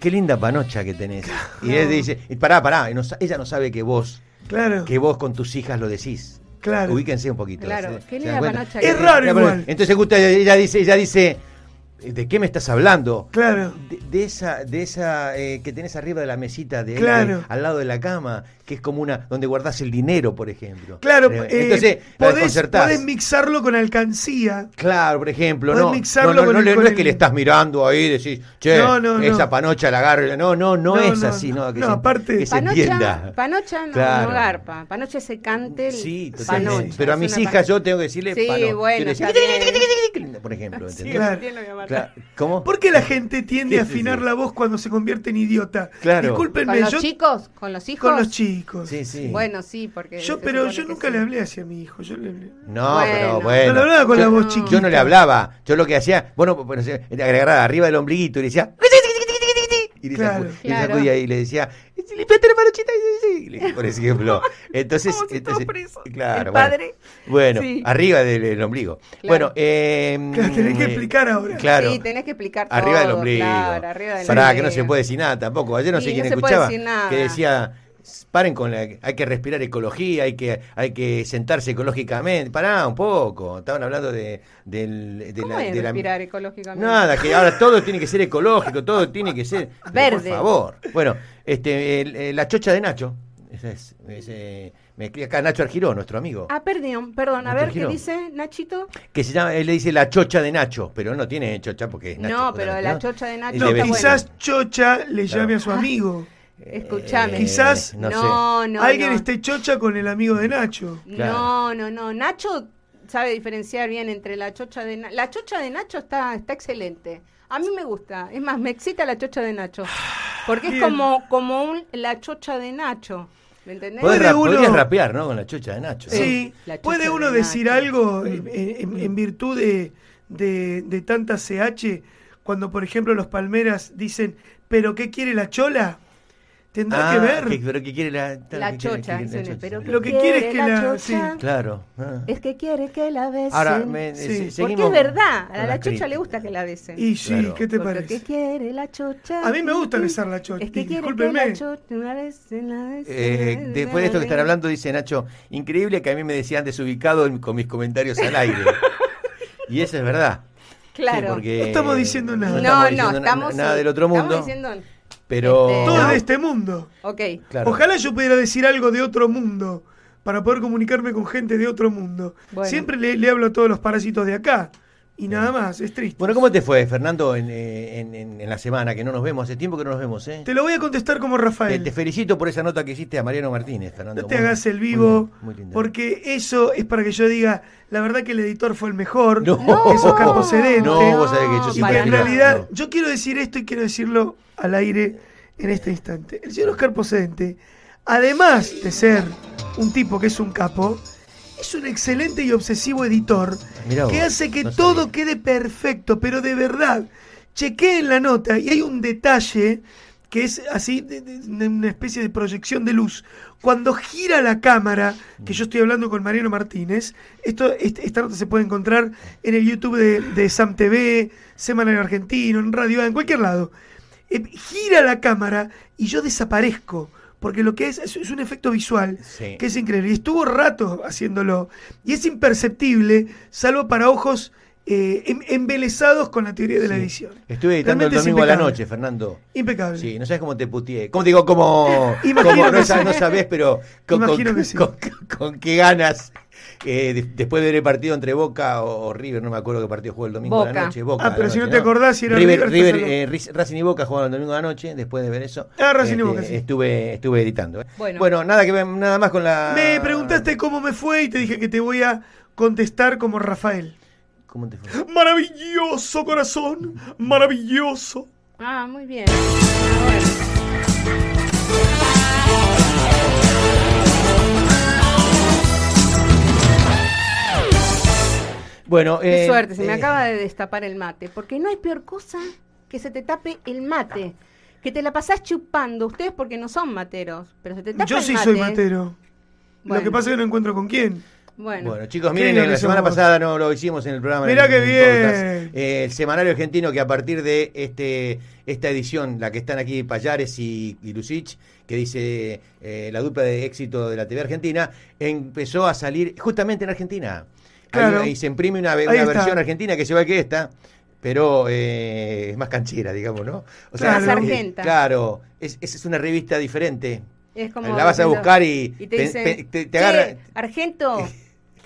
[SPEAKER 1] Qué linda panocha que tenés. Y él dice, y pará, pará, y no sa- ella no sabe que vos,
[SPEAKER 2] Claro,
[SPEAKER 1] que vos con tus hijas lo decís.
[SPEAKER 2] claro.
[SPEAKER 1] Ubíquense un poquito.
[SPEAKER 4] Claro, qué
[SPEAKER 1] dan
[SPEAKER 4] linda
[SPEAKER 1] cuenta?
[SPEAKER 4] panocha
[SPEAKER 2] que Es tenés. raro
[SPEAKER 1] Mira, pero-
[SPEAKER 2] igual.
[SPEAKER 1] Entonces justo ella- ella dice, ella dice, eh, ¿de qué me estás hablando?
[SPEAKER 2] Claro.
[SPEAKER 1] De, de esa, de esa eh, que tenés arriba de la mesita, de,
[SPEAKER 2] Claro.
[SPEAKER 1] de- al lado de la cama, que es como una donde guardás el dinero, por ejemplo.
[SPEAKER 2] Claro,
[SPEAKER 1] Eh,
[SPEAKER 2] eh,
[SPEAKER 1] entonces la
[SPEAKER 2] podés,
[SPEAKER 1] desconcertás.
[SPEAKER 2] podés mixarlo con alcancía.
[SPEAKER 1] Claro, por ejemplo,
[SPEAKER 2] Podés
[SPEAKER 1] no,
[SPEAKER 2] mixarlo
[SPEAKER 1] no, no,
[SPEAKER 2] con
[SPEAKER 1] no
[SPEAKER 2] el-
[SPEAKER 1] le- no
[SPEAKER 2] con
[SPEAKER 1] es que
[SPEAKER 2] el-
[SPEAKER 1] le estás mirando ahí y decís, che,
[SPEAKER 2] No, no, no.
[SPEAKER 1] esa panocha la agarro. No, no, no,
[SPEAKER 2] No,
[SPEAKER 1] es
[SPEAKER 2] no,
[SPEAKER 1] así. No, que
[SPEAKER 2] no,
[SPEAKER 1] se-
[SPEAKER 2] aparte-
[SPEAKER 1] que se entienda.
[SPEAKER 4] Panocha, panocha no,
[SPEAKER 1] Claro.
[SPEAKER 4] no garpa. Panocha se cante
[SPEAKER 1] Sí, totalmente.
[SPEAKER 4] panocha.
[SPEAKER 1] pero a
[SPEAKER 4] es
[SPEAKER 1] mis
[SPEAKER 4] una
[SPEAKER 1] hijas
[SPEAKER 4] panocha.
[SPEAKER 1] yo tengo que decirle
[SPEAKER 4] Sí,
[SPEAKER 1] pano.
[SPEAKER 4] bueno,
[SPEAKER 1] Yo le
[SPEAKER 4] está
[SPEAKER 1] digo,
[SPEAKER 4] bien.
[SPEAKER 1] "Tiki, tiki, tiki, tiki", por ejemplo, ¿entendés?
[SPEAKER 2] claro.
[SPEAKER 1] Claro. ¿Cómo?
[SPEAKER 2] ¿Por qué la gente tiende a
[SPEAKER 1] Sí, sí,
[SPEAKER 2] afinar
[SPEAKER 1] sí.
[SPEAKER 2] la voz cuando se convierte en idiota?
[SPEAKER 1] Claro.
[SPEAKER 2] Discúlpenme,
[SPEAKER 4] ¿Con los
[SPEAKER 2] yo
[SPEAKER 4] chicos? ¿Con los hijos?
[SPEAKER 2] con los chicos.
[SPEAKER 1] Sí, sí.
[SPEAKER 4] Bueno, sí, porque...
[SPEAKER 2] Yo,
[SPEAKER 4] se
[SPEAKER 2] pero
[SPEAKER 4] supone
[SPEAKER 2] yo
[SPEAKER 4] que
[SPEAKER 2] nunca
[SPEAKER 4] sí.
[SPEAKER 2] le hablé así a mi hijo. Yo le hablé.
[SPEAKER 1] No,
[SPEAKER 4] Bueno.
[SPEAKER 1] pero
[SPEAKER 2] No
[SPEAKER 1] bueno.
[SPEAKER 2] le hablaba con la
[SPEAKER 1] yo,
[SPEAKER 2] voz
[SPEAKER 4] yo
[SPEAKER 2] chiquita.
[SPEAKER 1] yo no le hablaba. Yo lo que hacía, bueno, bueno, se- le agregaba arriba del ombliguito y le decía. "Tiki, tiki, tiki, tiki, tiki", Y le,
[SPEAKER 2] Claro.
[SPEAKER 1] sacu- le
[SPEAKER 4] Claro.
[SPEAKER 1] sacudía y le decía, limpiate la panochita, y- y- y- y- por ejemplo. Entonces,
[SPEAKER 4] (laughs) Como si estaba
[SPEAKER 1] entonces-
[SPEAKER 4] preso.
[SPEAKER 1] claro,
[SPEAKER 4] El
[SPEAKER 1] bueno.
[SPEAKER 4] padre.
[SPEAKER 1] Bueno,
[SPEAKER 4] Sí.
[SPEAKER 1] arriba del, del ombligo. Bueno, eh,
[SPEAKER 2] Claro, tenés que
[SPEAKER 1] eh,
[SPEAKER 2] explicar ahora.
[SPEAKER 1] Claro.
[SPEAKER 4] Sí, tenés que explicar
[SPEAKER 1] Arriba del
[SPEAKER 4] todo,
[SPEAKER 1] ombligo.
[SPEAKER 4] claro, arriba del
[SPEAKER 1] Pará, que
[SPEAKER 4] ombligo.
[SPEAKER 1] no se puede decir nada tampoco. Ayer no
[SPEAKER 4] Sí,
[SPEAKER 1] sé quién
[SPEAKER 4] no se puede
[SPEAKER 1] escuchaba
[SPEAKER 4] decir nada.
[SPEAKER 1] que decía, paren con la... Hay que respirar ecología, hay que, hay que sentarse ecológicamente. Pará un poco. Estaban hablando de, del, de
[SPEAKER 4] ¿Cómo
[SPEAKER 1] la...
[SPEAKER 4] es
[SPEAKER 1] de la-
[SPEAKER 4] respirar ecológicamente?
[SPEAKER 1] Nada, que ahora todo tiene que ser ecológico, todo tiene que ser... Pero,
[SPEAKER 4] Verde.
[SPEAKER 1] Por favor. Bueno, este, el- eh, la chocha de Nacho. Esa es- es, eh, me escribe acá Nacho Argiró, nuestro amigo.
[SPEAKER 4] Ah, perdón, perdón. A
[SPEAKER 1] ¿No Eh, te
[SPEAKER 4] ver, ¿qué
[SPEAKER 1] giro?
[SPEAKER 4] dice Nachito?
[SPEAKER 1] Que se llama, él le dice la chocha de Nacho, pero no tiene chocha porque es Nacho.
[SPEAKER 4] No, pero
[SPEAKER 1] justamente,
[SPEAKER 4] la chocha de Nacho
[SPEAKER 1] Y
[SPEAKER 2] No,
[SPEAKER 4] está
[SPEAKER 1] debería.
[SPEAKER 2] quizás Chocha le llame a su amigo.
[SPEAKER 4] Escuchame.
[SPEAKER 2] Quizás-
[SPEAKER 1] Eh, no, sé.
[SPEAKER 4] Ah, no, no.
[SPEAKER 2] Alguien
[SPEAKER 4] no.
[SPEAKER 2] esté Chocha con el amigo de Nacho.
[SPEAKER 1] Claro.
[SPEAKER 4] No, no, no. Nacho sabe diferenciar bien entre la chocha de Nacho. La chocha de Nacho está, está excelente. A mí me gusta. Es más, me excita la chocha de Nacho. Porque es
[SPEAKER 2] Bien.
[SPEAKER 4] como, como un, la chocha de Nacho. ¿Me entendés?
[SPEAKER 1] Podés ra-
[SPEAKER 2] uno-
[SPEAKER 1] Podrías rapear, ¿no? Con la chocha de Nacho. ¿no?
[SPEAKER 2] Sí,
[SPEAKER 4] La chocha
[SPEAKER 2] puede
[SPEAKER 4] de
[SPEAKER 2] uno
[SPEAKER 4] Nacho.
[SPEAKER 2] decir algo
[SPEAKER 1] Mm.
[SPEAKER 2] en, en- en virtud de, de, de tanta CH, cuando por ejemplo los palmeras dicen, ¿pero qué quiere la chola? Tendrá
[SPEAKER 1] Ah,
[SPEAKER 2] que ver.
[SPEAKER 1] pero que quiere la,
[SPEAKER 4] La
[SPEAKER 1] que
[SPEAKER 4] chocha,
[SPEAKER 1] que
[SPEAKER 4] dicen, pero
[SPEAKER 2] Lo que quiere es que la-
[SPEAKER 4] chocha
[SPEAKER 1] Claro. ah.
[SPEAKER 4] es que quiere que la besen.
[SPEAKER 1] Ahora, me,
[SPEAKER 2] Sí.
[SPEAKER 1] se-
[SPEAKER 2] Porque
[SPEAKER 1] seguimos
[SPEAKER 4] Porque es verdad,
[SPEAKER 1] con
[SPEAKER 4] a la
[SPEAKER 1] las
[SPEAKER 4] chocha le
[SPEAKER 1] críticas.
[SPEAKER 4] gusta que la besen.
[SPEAKER 2] Y sí,
[SPEAKER 1] Claro.
[SPEAKER 2] ¿qué te
[SPEAKER 4] Porque
[SPEAKER 2] parece?
[SPEAKER 4] ¿qué quiere la chocha?
[SPEAKER 2] A mí me gusta besar la chocha,
[SPEAKER 4] Es que quiere que
[SPEAKER 2] discúlpeme.
[SPEAKER 4] la chocha una vez en la vez
[SPEAKER 1] Eh,
[SPEAKER 4] en la
[SPEAKER 1] después
[SPEAKER 4] vez
[SPEAKER 1] de
[SPEAKER 4] en la
[SPEAKER 1] esto que están
[SPEAKER 4] vez.
[SPEAKER 1] hablando, dice Nacho, increíble que a mí me decían desubicado en- con mis comentarios al
[SPEAKER 4] (laughs)
[SPEAKER 1] aire. y eso es verdad.
[SPEAKER 4] Claro.
[SPEAKER 1] Sí, porque
[SPEAKER 2] No estamos diciendo
[SPEAKER 1] No,
[SPEAKER 2] nada.
[SPEAKER 4] No,
[SPEAKER 1] estamos
[SPEAKER 4] no,
[SPEAKER 1] diciendo na-
[SPEAKER 4] estamos
[SPEAKER 1] nada del otro mundo.
[SPEAKER 4] Estamos diciendo,
[SPEAKER 1] pero.
[SPEAKER 4] este,
[SPEAKER 2] Todo
[SPEAKER 4] No.
[SPEAKER 2] de este mundo.
[SPEAKER 4] ok,
[SPEAKER 1] Claro.
[SPEAKER 2] Ojalá yo pudiera decir algo de otro mundo para poder comunicarme con gente de otro mundo.
[SPEAKER 4] Bueno.
[SPEAKER 2] Siempre le, le hablo a todos los parásitos de acá y nada más, es triste.
[SPEAKER 1] Bueno, ¿cómo te fue, Fernando, en, eh, en- en- en la semana que no nos vemos? Hace tiempo que no nos vemos, ¿eh?
[SPEAKER 2] Te lo voy a contestar como
[SPEAKER 1] Te,
[SPEAKER 2] Rafael.
[SPEAKER 1] te felicito por esa nota que hiciste a Mariano Martínez, Fernando.
[SPEAKER 2] No te
[SPEAKER 1] Muy-
[SPEAKER 2] hagas el
[SPEAKER 1] muy
[SPEAKER 2] vivo,
[SPEAKER 1] lindo, muy lindo.
[SPEAKER 2] porque eso es para que yo diga, la verdad que el editor fue el mejor,
[SPEAKER 1] No.
[SPEAKER 2] que sos campocedente.
[SPEAKER 1] No, vos sabés que yo
[SPEAKER 4] No,
[SPEAKER 2] y
[SPEAKER 1] siempre
[SPEAKER 2] que
[SPEAKER 4] para
[SPEAKER 2] en
[SPEAKER 1] digo-
[SPEAKER 4] nada.
[SPEAKER 2] realidad,
[SPEAKER 1] no.
[SPEAKER 2] yo quiero decir esto y quiero decirlo al aire en este instante. El señor Oscar Pocedente, además de ser un tipo que es un capo, es un excelente y obsesivo editor
[SPEAKER 1] Mirá vos,
[SPEAKER 2] que hace que
[SPEAKER 1] no sabía.
[SPEAKER 2] todo quede perfecto, pero de verdad, chequeen la nota y hay un detalle que es así, de- de- de una especie de proyección de luz. Cuando gira la cámara, que yo estoy hablando con Mariano Martínez, esto, est- esta nota se puede encontrar en el YouTube de, de Sam TV, Semanario Argentino, en Radio A, en cualquier lado. Eh, gira la cámara y yo desaparezco, porque lo que es es, es un efecto visual
[SPEAKER 1] Sí.
[SPEAKER 2] que es increíble. Y estuvo rato haciéndolo. Y es imperceptible, salvo para ojos eh, em- embelesados con la teoría de la
[SPEAKER 1] Sí.
[SPEAKER 2] edición.
[SPEAKER 1] Estuve editando
[SPEAKER 2] Realmente
[SPEAKER 1] el
[SPEAKER 2] es
[SPEAKER 1] domingo a la
[SPEAKER 2] impecable.
[SPEAKER 1] noche, Fernando.
[SPEAKER 2] Impecable.
[SPEAKER 1] Sí, no sabes cómo te putié. ¿Cómo digo? Como.
[SPEAKER 2] (laughs) Imagino
[SPEAKER 1] como-
[SPEAKER 2] que
[SPEAKER 1] no, sabes,
[SPEAKER 2] sí.
[SPEAKER 1] no sabes, pero. Con,
[SPEAKER 2] Imagino
[SPEAKER 1] con-
[SPEAKER 2] que sí.
[SPEAKER 1] con- con- con qué ganas Eh, de- después de ver el partido entre Boca o, o River, no me acuerdo qué partido jugó el domingo de
[SPEAKER 4] Boca.
[SPEAKER 1] la noche. Boca
[SPEAKER 2] Ah,
[SPEAKER 1] de
[SPEAKER 2] pero
[SPEAKER 1] la
[SPEAKER 2] si no
[SPEAKER 1] noche,
[SPEAKER 2] te acordás, si era
[SPEAKER 1] River.
[SPEAKER 2] River, estás
[SPEAKER 1] River,
[SPEAKER 2] al-
[SPEAKER 1] eh, Riz- Racing y Boca jugaron el domingo de la noche, después de ver eso. Este,
[SPEAKER 2] Ah, Racing y Boca, sí.
[SPEAKER 1] Estuve, estuve editando. eh.
[SPEAKER 4] Bueno.
[SPEAKER 1] nada, que, ver- nada más con la.
[SPEAKER 2] Me preguntaste cómo me fue y te dije que te voy a contestar como Rafael.
[SPEAKER 1] ¿Cómo te fue?
[SPEAKER 2] Maravilloso corazón, maravilloso.
[SPEAKER 4] Ah, muy bien. Ah, bueno.
[SPEAKER 1] Bueno,
[SPEAKER 4] Qué
[SPEAKER 2] Este,
[SPEAKER 1] eh,
[SPEAKER 4] suerte, se me
[SPEAKER 1] eh,
[SPEAKER 4] acaba de destapar el mate. Porque no hay peor cosa que se te tape el mate. Que te la pasás chupando. Ustedes porque no son materos. Pero se te tapa
[SPEAKER 2] Yo
[SPEAKER 4] el
[SPEAKER 2] sí
[SPEAKER 4] mate. ¿eh?
[SPEAKER 2] soy matero.
[SPEAKER 4] Bueno,
[SPEAKER 2] Lo que pasa es que no encuentro con quién.
[SPEAKER 4] Bueno.
[SPEAKER 1] Bueno, chicos,
[SPEAKER 2] Qué
[SPEAKER 1] miren,
[SPEAKER 2] bien
[SPEAKER 1] eh, la
[SPEAKER 2] que
[SPEAKER 1] semana
[SPEAKER 2] somos.
[SPEAKER 1] pasada no lo hicimos en el programa.
[SPEAKER 2] Mirá
[SPEAKER 1] en-
[SPEAKER 2] qué
[SPEAKER 1] en
[SPEAKER 2] bien.
[SPEAKER 1] podcast. Eh, el semanario argentino que a partir de este esta edición, la que están aquí Payares y, y Lucich, que dice eh, la dupla de éxito de la TV Argentina, empezó a salir justamente en Argentina.
[SPEAKER 2] Claro.
[SPEAKER 1] Ahí, ahí se imprime una, ve-
[SPEAKER 2] Ahí
[SPEAKER 1] una
[SPEAKER 2] está.
[SPEAKER 1] versión argentina que se va que esta, pero eh, es más canchera, digamos, ¿no? O
[SPEAKER 2] Claro.
[SPEAKER 1] eh,
[SPEAKER 4] Sargenta.
[SPEAKER 1] claro, es, es es una revista diferente.
[SPEAKER 4] Es como
[SPEAKER 1] La vas a
[SPEAKER 4] diciendo-
[SPEAKER 1] buscar y
[SPEAKER 4] te
[SPEAKER 1] pe-
[SPEAKER 4] dicen,
[SPEAKER 1] pe- te- te
[SPEAKER 4] "Che,
[SPEAKER 1] agarra- (laughs)
[SPEAKER 4] Argento,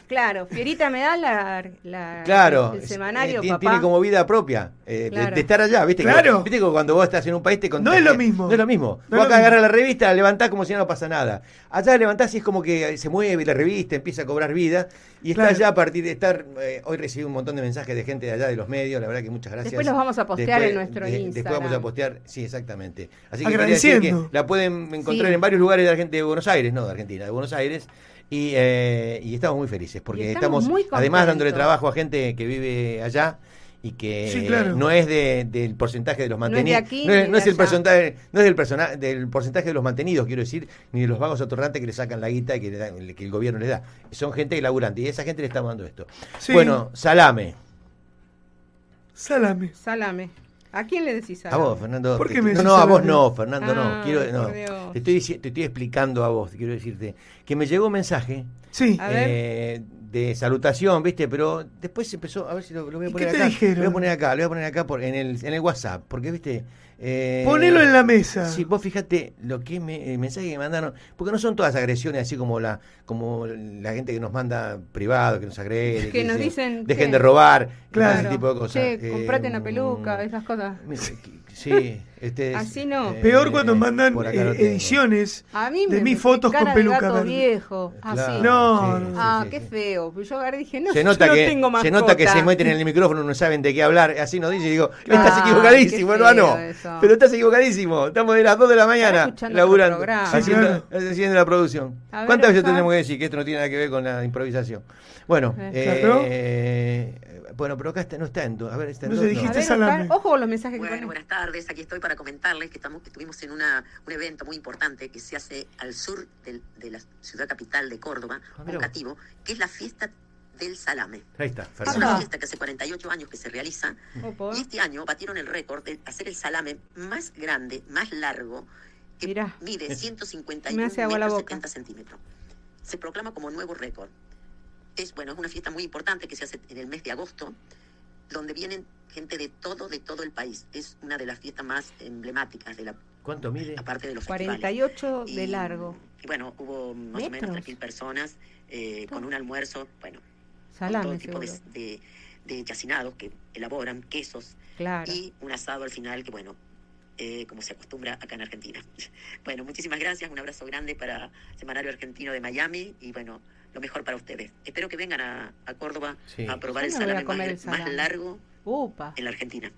[SPEAKER 4] claro, Fiorita me da la, la-
[SPEAKER 1] Claro,
[SPEAKER 4] el
[SPEAKER 1] es-
[SPEAKER 4] semanario,
[SPEAKER 1] eh, tien-
[SPEAKER 4] papá.
[SPEAKER 1] tiene como vida propia eh, de- de,
[SPEAKER 4] Claro.
[SPEAKER 1] estar allá, ¿viste? Que-
[SPEAKER 2] Claro.
[SPEAKER 1] viste que cuando vos estás en un país te
[SPEAKER 2] No es lo mismo.
[SPEAKER 1] No es lo mismo.
[SPEAKER 2] No es lo
[SPEAKER 1] vos acá
[SPEAKER 2] mismo.
[SPEAKER 1] agarrás la revista, la levantás como si no pasa nada. Allá levantás y es como que se mueve la revista, empieza a cobrar vida. Y está
[SPEAKER 2] Claro.
[SPEAKER 1] allá a partir de estar. eh, hoy recibí un montón de mensajes de gente de allá de los medios, la verdad que muchas gracias.
[SPEAKER 4] Después los vamos a postear en nuestro Instagram.
[SPEAKER 1] Después vamos a postear, sí, exactamente. Así que quería
[SPEAKER 2] Agradeciendo.
[SPEAKER 1] decir que la pueden encontrar
[SPEAKER 4] Sí.
[SPEAKER 1] en varios lugares de, Argen- de Buenos Aires, no de Argentina, de Buenos Aires. Y, eh, y estamos muy felices porque
[SPEAKER 4] Y
[SPEAKER 1] estamos,
[SPEAKER 4] estamos muy
[SPEAKER 1] además
[SPEAKER 4] contentos.
[SPEAKER 1] dándole trabajo a gente que vive allá y que
[SPEAKER 2] Sí, claro.
[SPEAKER 1] no es de- del porcentaje de los
[SPEAKER 4] No es de
[SPEAKER 1] mantenidos
[SPEAKER 4] aquí
[SPEAKER 1] no es,
[SPEAKER 4] ni
[SPEAKER 1] no es
[SPEAKER 4] de
[SPEAKER 1] el
[SPEAKER 4] allá.
[SPEAKER 1] porcentaje no es del persona- del porcentaje de los mantenidos quiero decir ni de los vagos atorrantes que le sacan la guita que, le dan- que el gobierno les da son gente laburante y a esa gente le estamos dando esto
[SPEAKER 2] Sí.
[SPEAKER 1] bueno salame
[SPEAKER 2] Salame.
[SPEAKER 4] Salame. ¿A quién le decís
[SPEAKER 1] a
[SPEAKER 4] salame?
[SPEAKER 1] vos Fernando
[SPEAKER 2] ¿Por qué
[SPEAKER 1] te-
[SPEAKER 2] me
[SPEAKER 1] no
[SPEAKER 2] decís
[SPEAKER 1] no a
[SPEAKER 2] salame?
[SPEAKER 1] vos no Fernando
[SPEAKER 4] Ah,
[SPEAKER 1] no quiero no.
[SPEAKER 4] por Dios.
[SPEAKER 1] te estoy dici- te estoy explicando a vos quiero decirte que me llegó un mensaje
[SPEAKER 2] Sí.
[SPEAKER 4] A ver.
[SPEAKER 1] eh, de salutación, ¿viste? Pero después empezó, a ver si lo, lo voy a
[SPEAKER 2] ¿Y
[SPEAKER 1] poner
[SPEAKER 2] qué te
[SPEAKER 1] acá.
[SPEAKER 2] dijeron?
[SPEAKER 1] Lo voy a poner acá, lo voy a poner acá por, en, el, en el WhatsApp, porque, ¿viste? Eh,
[SPEAKER 2] Ponelo en la mesa.
[SPEAKER 1] Sí, vos fíjate lo que me, el mensaje que me mandaron, porque no son todas agresiones así como la como la gente que nos manda privado, que nos agrede,
[SPEAKER 4] Que nos dicen,
[SPEAKER 1] dejen
[SPEAKER 4] che,
[SPEAKER 1] de robar,
[SPEAKER 2] claro,
[SPEAKER 1] ese tipo de cosas.
[SPEAKER 4] Che,
[SPEAKER 1] Eh,
[SPEAKER 4] comprate una peluca,
[SPEAKER 1] mm,
[SPEAKER 4] esas cosas.
[SPEAKER 1] mira, que- Sí, este es,
[SPEAKER 4] Así no.
[SPEAKER 2] Peor cuando mandan
[SPEAKER 1] por acá
[SPEAKER 2] eh,
[SPEAKER 1] lo tengo.
[SPEAKER 2] ediciones
[SPEAKER 4] A mí
[SPEAKER 2] de
[SPEAKER 4] me
[SPEAKER 2] mis
[SPEAKER 4] metí
[SPEAKER 2] fotos
[SPEAKER 4] cara
[SPEAKER 2] con
[SPEAKER 4] de
[SPEAKER 2] peluca
[SPEAKER 4] gato
[SPEAKER 2] verde.
[SPEAKER 4] viejo, así.
[SPEAKER 1] Claro,
[SPEAKER 2] No,
[SPEAKER 1] sí,
[SPEAKER 2] no.
[SPEAKER 1] sí,
[SPEAKER 4] ah,
[SPEAKER 1] sí,
[SPEAKER 4] qué
[SPEAKER 1] sí.
[SPEAKER 4] feo. Pero Yo agarré y dije, no,
[SPEAKER 1] se nota
[SPEAKER 4] yo no
[SPEAKER 1] que
[SPEAKER 4] tengo
[SPEAKER 1] se
[SPEAKER 4] mascota.
[SPEAKER 1] nota que se meten en el micrófono no saben de qué hablar así nos dice y digo estás
[SPEAKER 4] Ah,
[SPEAKER 1] equivocadísimo
[SPEAKER 4] qué
[SPEAKER 1] hermano
[SPEAKER 4] feo eso.
[SPEAKER 1] pero estás equivocadísimo estamos de las 2 de la mañana
[SPEAKER 4] escuchando
[SPEAKER 1] laburando
[SPEAKER 4] otro programa.
[SPEAKER 1] haciendo, haciendo la producción
[SPEAKER 4] A ver,
[SPEAKER 1] cuántas veces
[SPEAKER 4] Osa.
[SPEAKER 1] tenemos que decir que esto no tiene nada que ver con la improvisación bueno
[SPEAKER 4] Eh.
[SPEAKER 2] Claro.
[SPEAKER 1] eh, bueno pero acá está- no está en do- a ver está en
[SPEAKER 2] No
[SPEAKER 1] do-
[SPEAKER 2] se
[SPEAKER 1] no.
[SPEAKER 4] A
[SPEAKER 2] dijiste
[SPEAKER 4] ver,
[SPEAKER 2] salame.
[SPEAKER 4] Oscar, ojo con los mensajes que
[SPEAKER 6] Bueno,
[SPEAKER 4] ponen.
[SPEAKER 6] buenas tardes. Aquí estoy para comentarles que estamos, que estuvimos en una, un evento muy importante que se hace al sur del- de la ciudad capital de Córdoba,
[SPEAKER 1] Ah, mira
[SPEAKER 6] un
[SPEAKER 1] vos.
[SPEAKER 6] cativo, que es la fiesta del salame.
[SPEAKER 1] ahí está
[SPEAKER 6] Es
[SPEAKER 1] Fernando.
[SPEAKER 6] una
[SPEAKER 4] Ajá.
[SPEAKER 6] fiesta que hace 48 años que se realiza
[SPEAKER 4] Opo,
[SPEAKER 6] y este año batieron el récord de hacer el salame más grande, más largo, que
[SPEAKER 4] Mirá.
[SPEAKER 6] mide 151
[SPEAKER 4] Me hace agua la
[SPEAKER 6] metros
[SPEAKER 4] boca.
[SPEAKER 6] 70 centímetros. Se proclama como nuevo récord. Es bueno, es una fiesta muy importante que se hace en el mes de agosto, donde vienen gente de todo, de todo el país. Es una de las fiestas más emblemáticas de la
[SPEAKER 1] cuánto mide
[SPEAKER 6] aparte de los festivales.
[SPEAKER 4] 48 de
[SPEAKER 6] Y,
[SPEAKER 4] largo.
[SPEAKER 6] Y bueno, hubo más o
[SPEAKER 4] Metros. Ah.
[SPEAKER 6] menos 3.000 personas eh, con un almuerzo, bueno, con todo
[SPEAKER 4] Salame,
[SPEAKER 6] tipo de,
[SPEAKER 4] seguro.
[SPEAKER 6] de, de chacinados que elaboran, quesos,
[SPEAKER 4] Claro.
[SPEAKER 6] y un asado al final que, bueno, eh, como se acostumbra acá en Argentina. (laughs) Bueno, muchísimas gracias, un abrazo grande para Semanario Argentino de Miami y, bueno, lo mejor para ustedes. Espero que vengan a, a Córdoba
[SPEAKER 1] Sí.
[SPEAKER 6] a probar
[SPEAKER 4] Yo me
[SPEAKER 6] el
[SPEAKER 4] voy a
[SPEAKER 6] salame,
[SPEAKER 4] comer
[SPEAKER 6] más,
[SPEAKER 4] el salame.
[SPEAKER 6] más largo
[SPEAKER 4] Upa.
[SPEAKER 6] en la Argentina.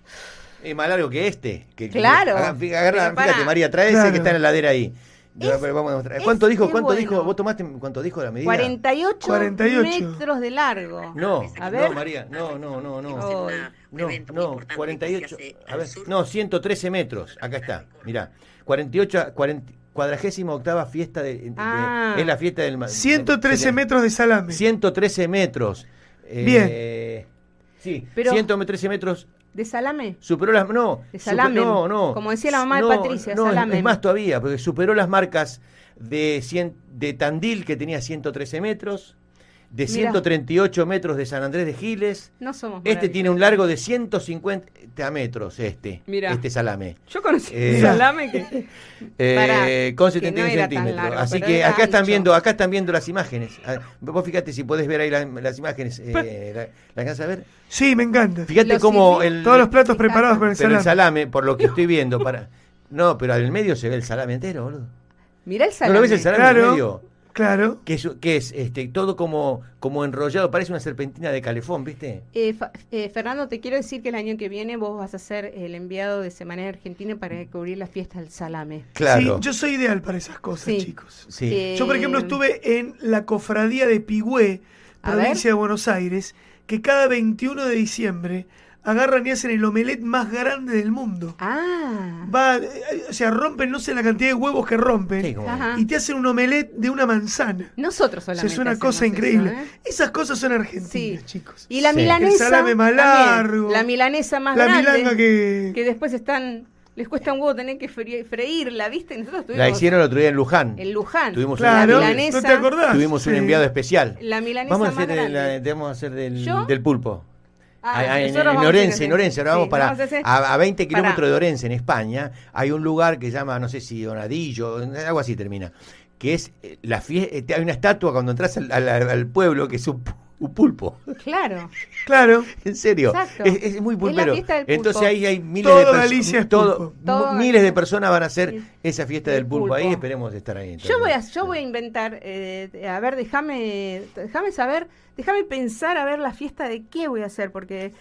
[SPEAKER 1] es más largo que este que, que-
[SPEAKER 4] Claro.
[SPEAKER 1] agarra- agarra-
[SPEAKER 4] Pero pará.
[SPEAKER 1] fíjate María trae ese
[SPEAKER 2] Claro.
[SPEAKER 1] que está en la heladera ahí
[SPEAKER 4] Es-
[SPEAKER 1] Vamos a mostrar.
[SPEAKER 4] es-
[SPEAKER 1] ¿Cuánto dijo?
[SPEAKER 4] qué
[SPEAKER 1] ¿Cuánto
[SPEAKER 4] bueno.
[SPEAKER 1] dijo? ¿Vos tomaste cuánto dijo la medida?
[SPEAKER 4] 48,
[SPEAKER 2] 48.
[SPEAKER 4] metros de largo.
[SPEAKER 1] No,
[SPEAKER 4] A
[SPEAKER 1] no,
[SPEAKER 4] ver.
[SPEAKER 1] María, no, no, no, no.
[SPEAKER 6] Vamos a hacer una- un
[SPEAKER 1] No,
[SPEAKER 6] evento muy
[SPEAKER 1] no,
[SPEAKER 6] importante que se
[SPEAKER 1] 48,
[SPEAKER 6] hace
[SPEAKER 1] a
[SPEAKER 6] al
[SPEAKER 1] ver,
[SPEAKER 6] sur.
[SPEAKER 1] no, 113 metros, acá está, mirá, 48, a 40, cuadragésima octava fiesta, de, de-
[SPEAKER 4] Ah.
[SPEAKER 1] es la fiesta del... ma-
[SPEAKER 2] 113
[SPEAKER 1] del-
[SPEAKER 2] metros de salame.
[SPEAKER 1] 113 metros. eh,
[SPEAKER 2] Bien.
[SPEAKER 1] Sí,
[SPEAKER 4] Pero-
[SPEAKER 1] 113 metros,
[SPEAKER 4] ¿De salame?
[SPEAKER 1] superó las... No,
[SPEAKER 4] De
[SPEAKER 1] super-
[SPEAKER 4] salamen,
[SPEAKER 1] no, no.
[SPEAKER 4] como decía la mamá de
[SPEAKER 1] no,
[SPEAKER 4] Patricia,
[SPEAKER 1] no, es-
[SPEAKER 4] salamen.
[SPEAKER 1] es más todavía, porque superó las marcas de, 100 de Tandil, que tenía 113 metros, de
[SPEAKER 4] Mirá.
[SPEAKER 1] 138 metros de San Andrés de Giles.
[SPEAKER 4] No somos
[SPEAKER 1] Este
[SPEAKER 4] maravillas.
[SPEAKER 1] tiene un largo de 150 metros, este,
[SPEAKER 7] Mirá.
[SPEAKER 1] este salame.
[SPEAKER 7] Yo conocí
[SPEAKER 1] Eh,
[SPEAKER 7] un salame
[SPEAKER 1] (laughs)
[SPEAKER 7] que.
[SPEAKER 1] Eh,
[SPEAKER 4] Pará,
[SPEAKER 1] con
[SPEAKER 4] que
[SPEAKER 1] 71
[SPEAKER 4] no era tan
[SPEAKER 1] centímetros.
[SPEAKER 4] largo,
[SPEAKER 1] Así
[SPEAKER 4] pero
[SPEAKER 1] que
[SPEAKER 4] era
[SPEAKER 1] acá están
[SPEAKER 4] ancho.
[SPEAKER 1] viendo, acá están viendo las imágenes. Ah, Vos fíjate si podés ver ahí la- las imágenes. eh,
[SPEAKER 4] (laughs)
[SPEAKER 1] la, ¿la alcanzas a ver?
[SPEAKER 2] Sí, me encanta.
[SPEAKER 1] Fíjate
[SPEAKER 4] Los
[SPEAKER 1] cómo
[SPEAKER 4] silbidos.
[SPEAKER 1] el,
[SPEAKER 2] Todos los platos
[SPEAKER 4] Me
[SPEAKER 2] preparados con el
[SPEAKER 1] pero el
[SPEAKER 2] salame.
[SPEAKER 1] salame, por lo que estoy viendo, para. No, pero al medio se ve el salame entero, boludo.
[SPEAKER 4] Mirá el
[SPEAKER 1] ¿No
[SPEAKER 4] salame.
[SPEAKER 1] lo ves el salame al
[SPEAKER 2] Claro.
[SPEAKER 1] medio?
[SPEAKER 2] Claro.
[SPEAKER 1] Que es, que es este, todo como, como enrollado, parece una serpentina de calefón, ¿viste?
[SPEAKER 4] Eh, Fa- eh, Fernando, te quiero decir que el año que viene vos vas a ser el enviado de Semanario Argentino para cubrir la fiesta del salame.
[SPEAKER 1] Claro.
[SPEAKER 2] Sí, yo soy ideal para esas cosas,
[SPEAKER 4] Sí.
[SPEAKER 2] chicos.
[SPEAKER 1] Sí.
[SPEAKER 4] Eh,
[SPEAKER 2] Yo, por ejemplo, estuve en la cofradía de Pigüé,
[SPEAKER 4] A
[SPEAKER 2] provincia de Buenos Aires, que cada 21 de diciembre agarran y hacen el omelet más grande del mundo.
[SPEAKER 4] Ah,
[SPEAKER 2] Va, eh, o sea, rompen, no sé la cantidad de huevos que rompen,
[SPEAKER 1] Sí, como-
[SPEAKER 4] Ajá.
[SPEAKER 2] y te hacen un omelet de una manzana.
[SPEAKER 4] nosotros
[SPEAKER 2] O sea,
[SPEAKER 4] solamente.
[SPEAKER 2] es una
[SPEAKER 4] hacemos
[SPEAKER 2] cosa
[SPEAKER 4] eso,
[SPEAKER 2] increíble.
[SPEAKER 4] ¿eh?
[SPEAKER 2] Esas cosas son argentinas,
[SPEAKER 4] Sí.
[SPEAKER 2] chicos.
[SPEAKER 4] Y la
[SPEAKER 1] Sí.
[SPEAKER 4] milanesa.
[SPEAKER 2] El salame más
[SPEAKER 4] también.
[SPEAKER 2] largo.
[SPEAKER 4] La milanesa más
[SPEAKER 2] la
[SPEAKER 4] grande.
[SPEAKER 2] milanga que...
[SPEAKER 4] Que después están. Les cuesta un huevo tener que fre- freírla, ¿viste? Nosotros tuvimos.
[SPEAKER 1] La hicieron el otro día en Luján.
[SPEAKER 4] En Luján.
[SPEAKER 1] Tuvimos
[SPEAKER 2] Claro,
[SPEAKER 1] una
[SPEAKER 4] La milanesa.
[SPEAKER 2] ¿no te acordás?
[SPEAKER 1] Tuvimos un
[SPEAKER 2] Sí.
[SPEAKER 1] enviado especial.
[SPEAKER 4] La milanesa
[SPEAKER 1] Vamos a
[SPEAKER 4] más
[SPEAKER 1] hacer, el- la-
[SPEAKER 4] grande.
[SPEAKER 1] te vamos a hacer del,
[SPEAKER 4] ¿Yo?
[SPEAKER 1] del pulpo.
[SPEAKER 4] Ah,
[SPEAKER 1] Ah, en,
[SPEAKER 4] nosotros
[SPEAKER 1] en
[SPEAKER 4] vamos a
[SPEAKER 1] Orense,
[SPEAKER 4] hacer-
[SPEAKER 1] en Orense, ahora
[SPEAKER 4] sí,
[SPEAKER 1] vamos para
[SPEAKER 4] vamos a hacer-
[SPEAKER 1] a, a 20
[SPEAKER 4] Pará.
[SPEAKER 1] kilómetros de Orense, en España, hay un lugar que llama, no sé si Donadillo, algo así termina, que es eh, la fiesta, hay una estatua cuando entras al, al- al pueblo que es un, pu- un pulpo, (laughs)
[SPEAKER 4] Claro.
[SPEAKER 2] Claro.
[SPEAKER 1] en serio,
[SPEAKER 4] Exacto.
[SPEAKER 1] es, es muy
[SPEAKER 4] Es la
[SPEAKER 1] pulpero.
[SPEAKER 4] fiesta del pulpo.
[SPEAKER 1] Entonces ahí hay miles
[SPEAKER 2] Todo
[SPEAKER 1] de
[SPEAKER 2] Galicia
[SPEAKER 1] personas,
[SPEAKER 2] es pulpo.
[SPEAKER 4] Todo
[SPEAKER 1] miles de
[SPEAKER 4] Galicia.
[SPEAKER 1] personas van a hacer
[SPEAKER 4] Sí.
[SPEAKER 1] esa fiesta
[SPEAKER 4] Del
[SPEAKER 1] del pulpo. ahí,
[SPEAKER 4] pulpo.
[SPEAKER 1] esperemos estar ahí.
[SPEAKER 4] Yo voy a,
[SPEAKER 1] entonces.
[SPEAKER 4] yo voy a inventar, eh, a ver, déjame, déjame saber, déjame pensar a ver la fiesta de qué voy a hacer, porque...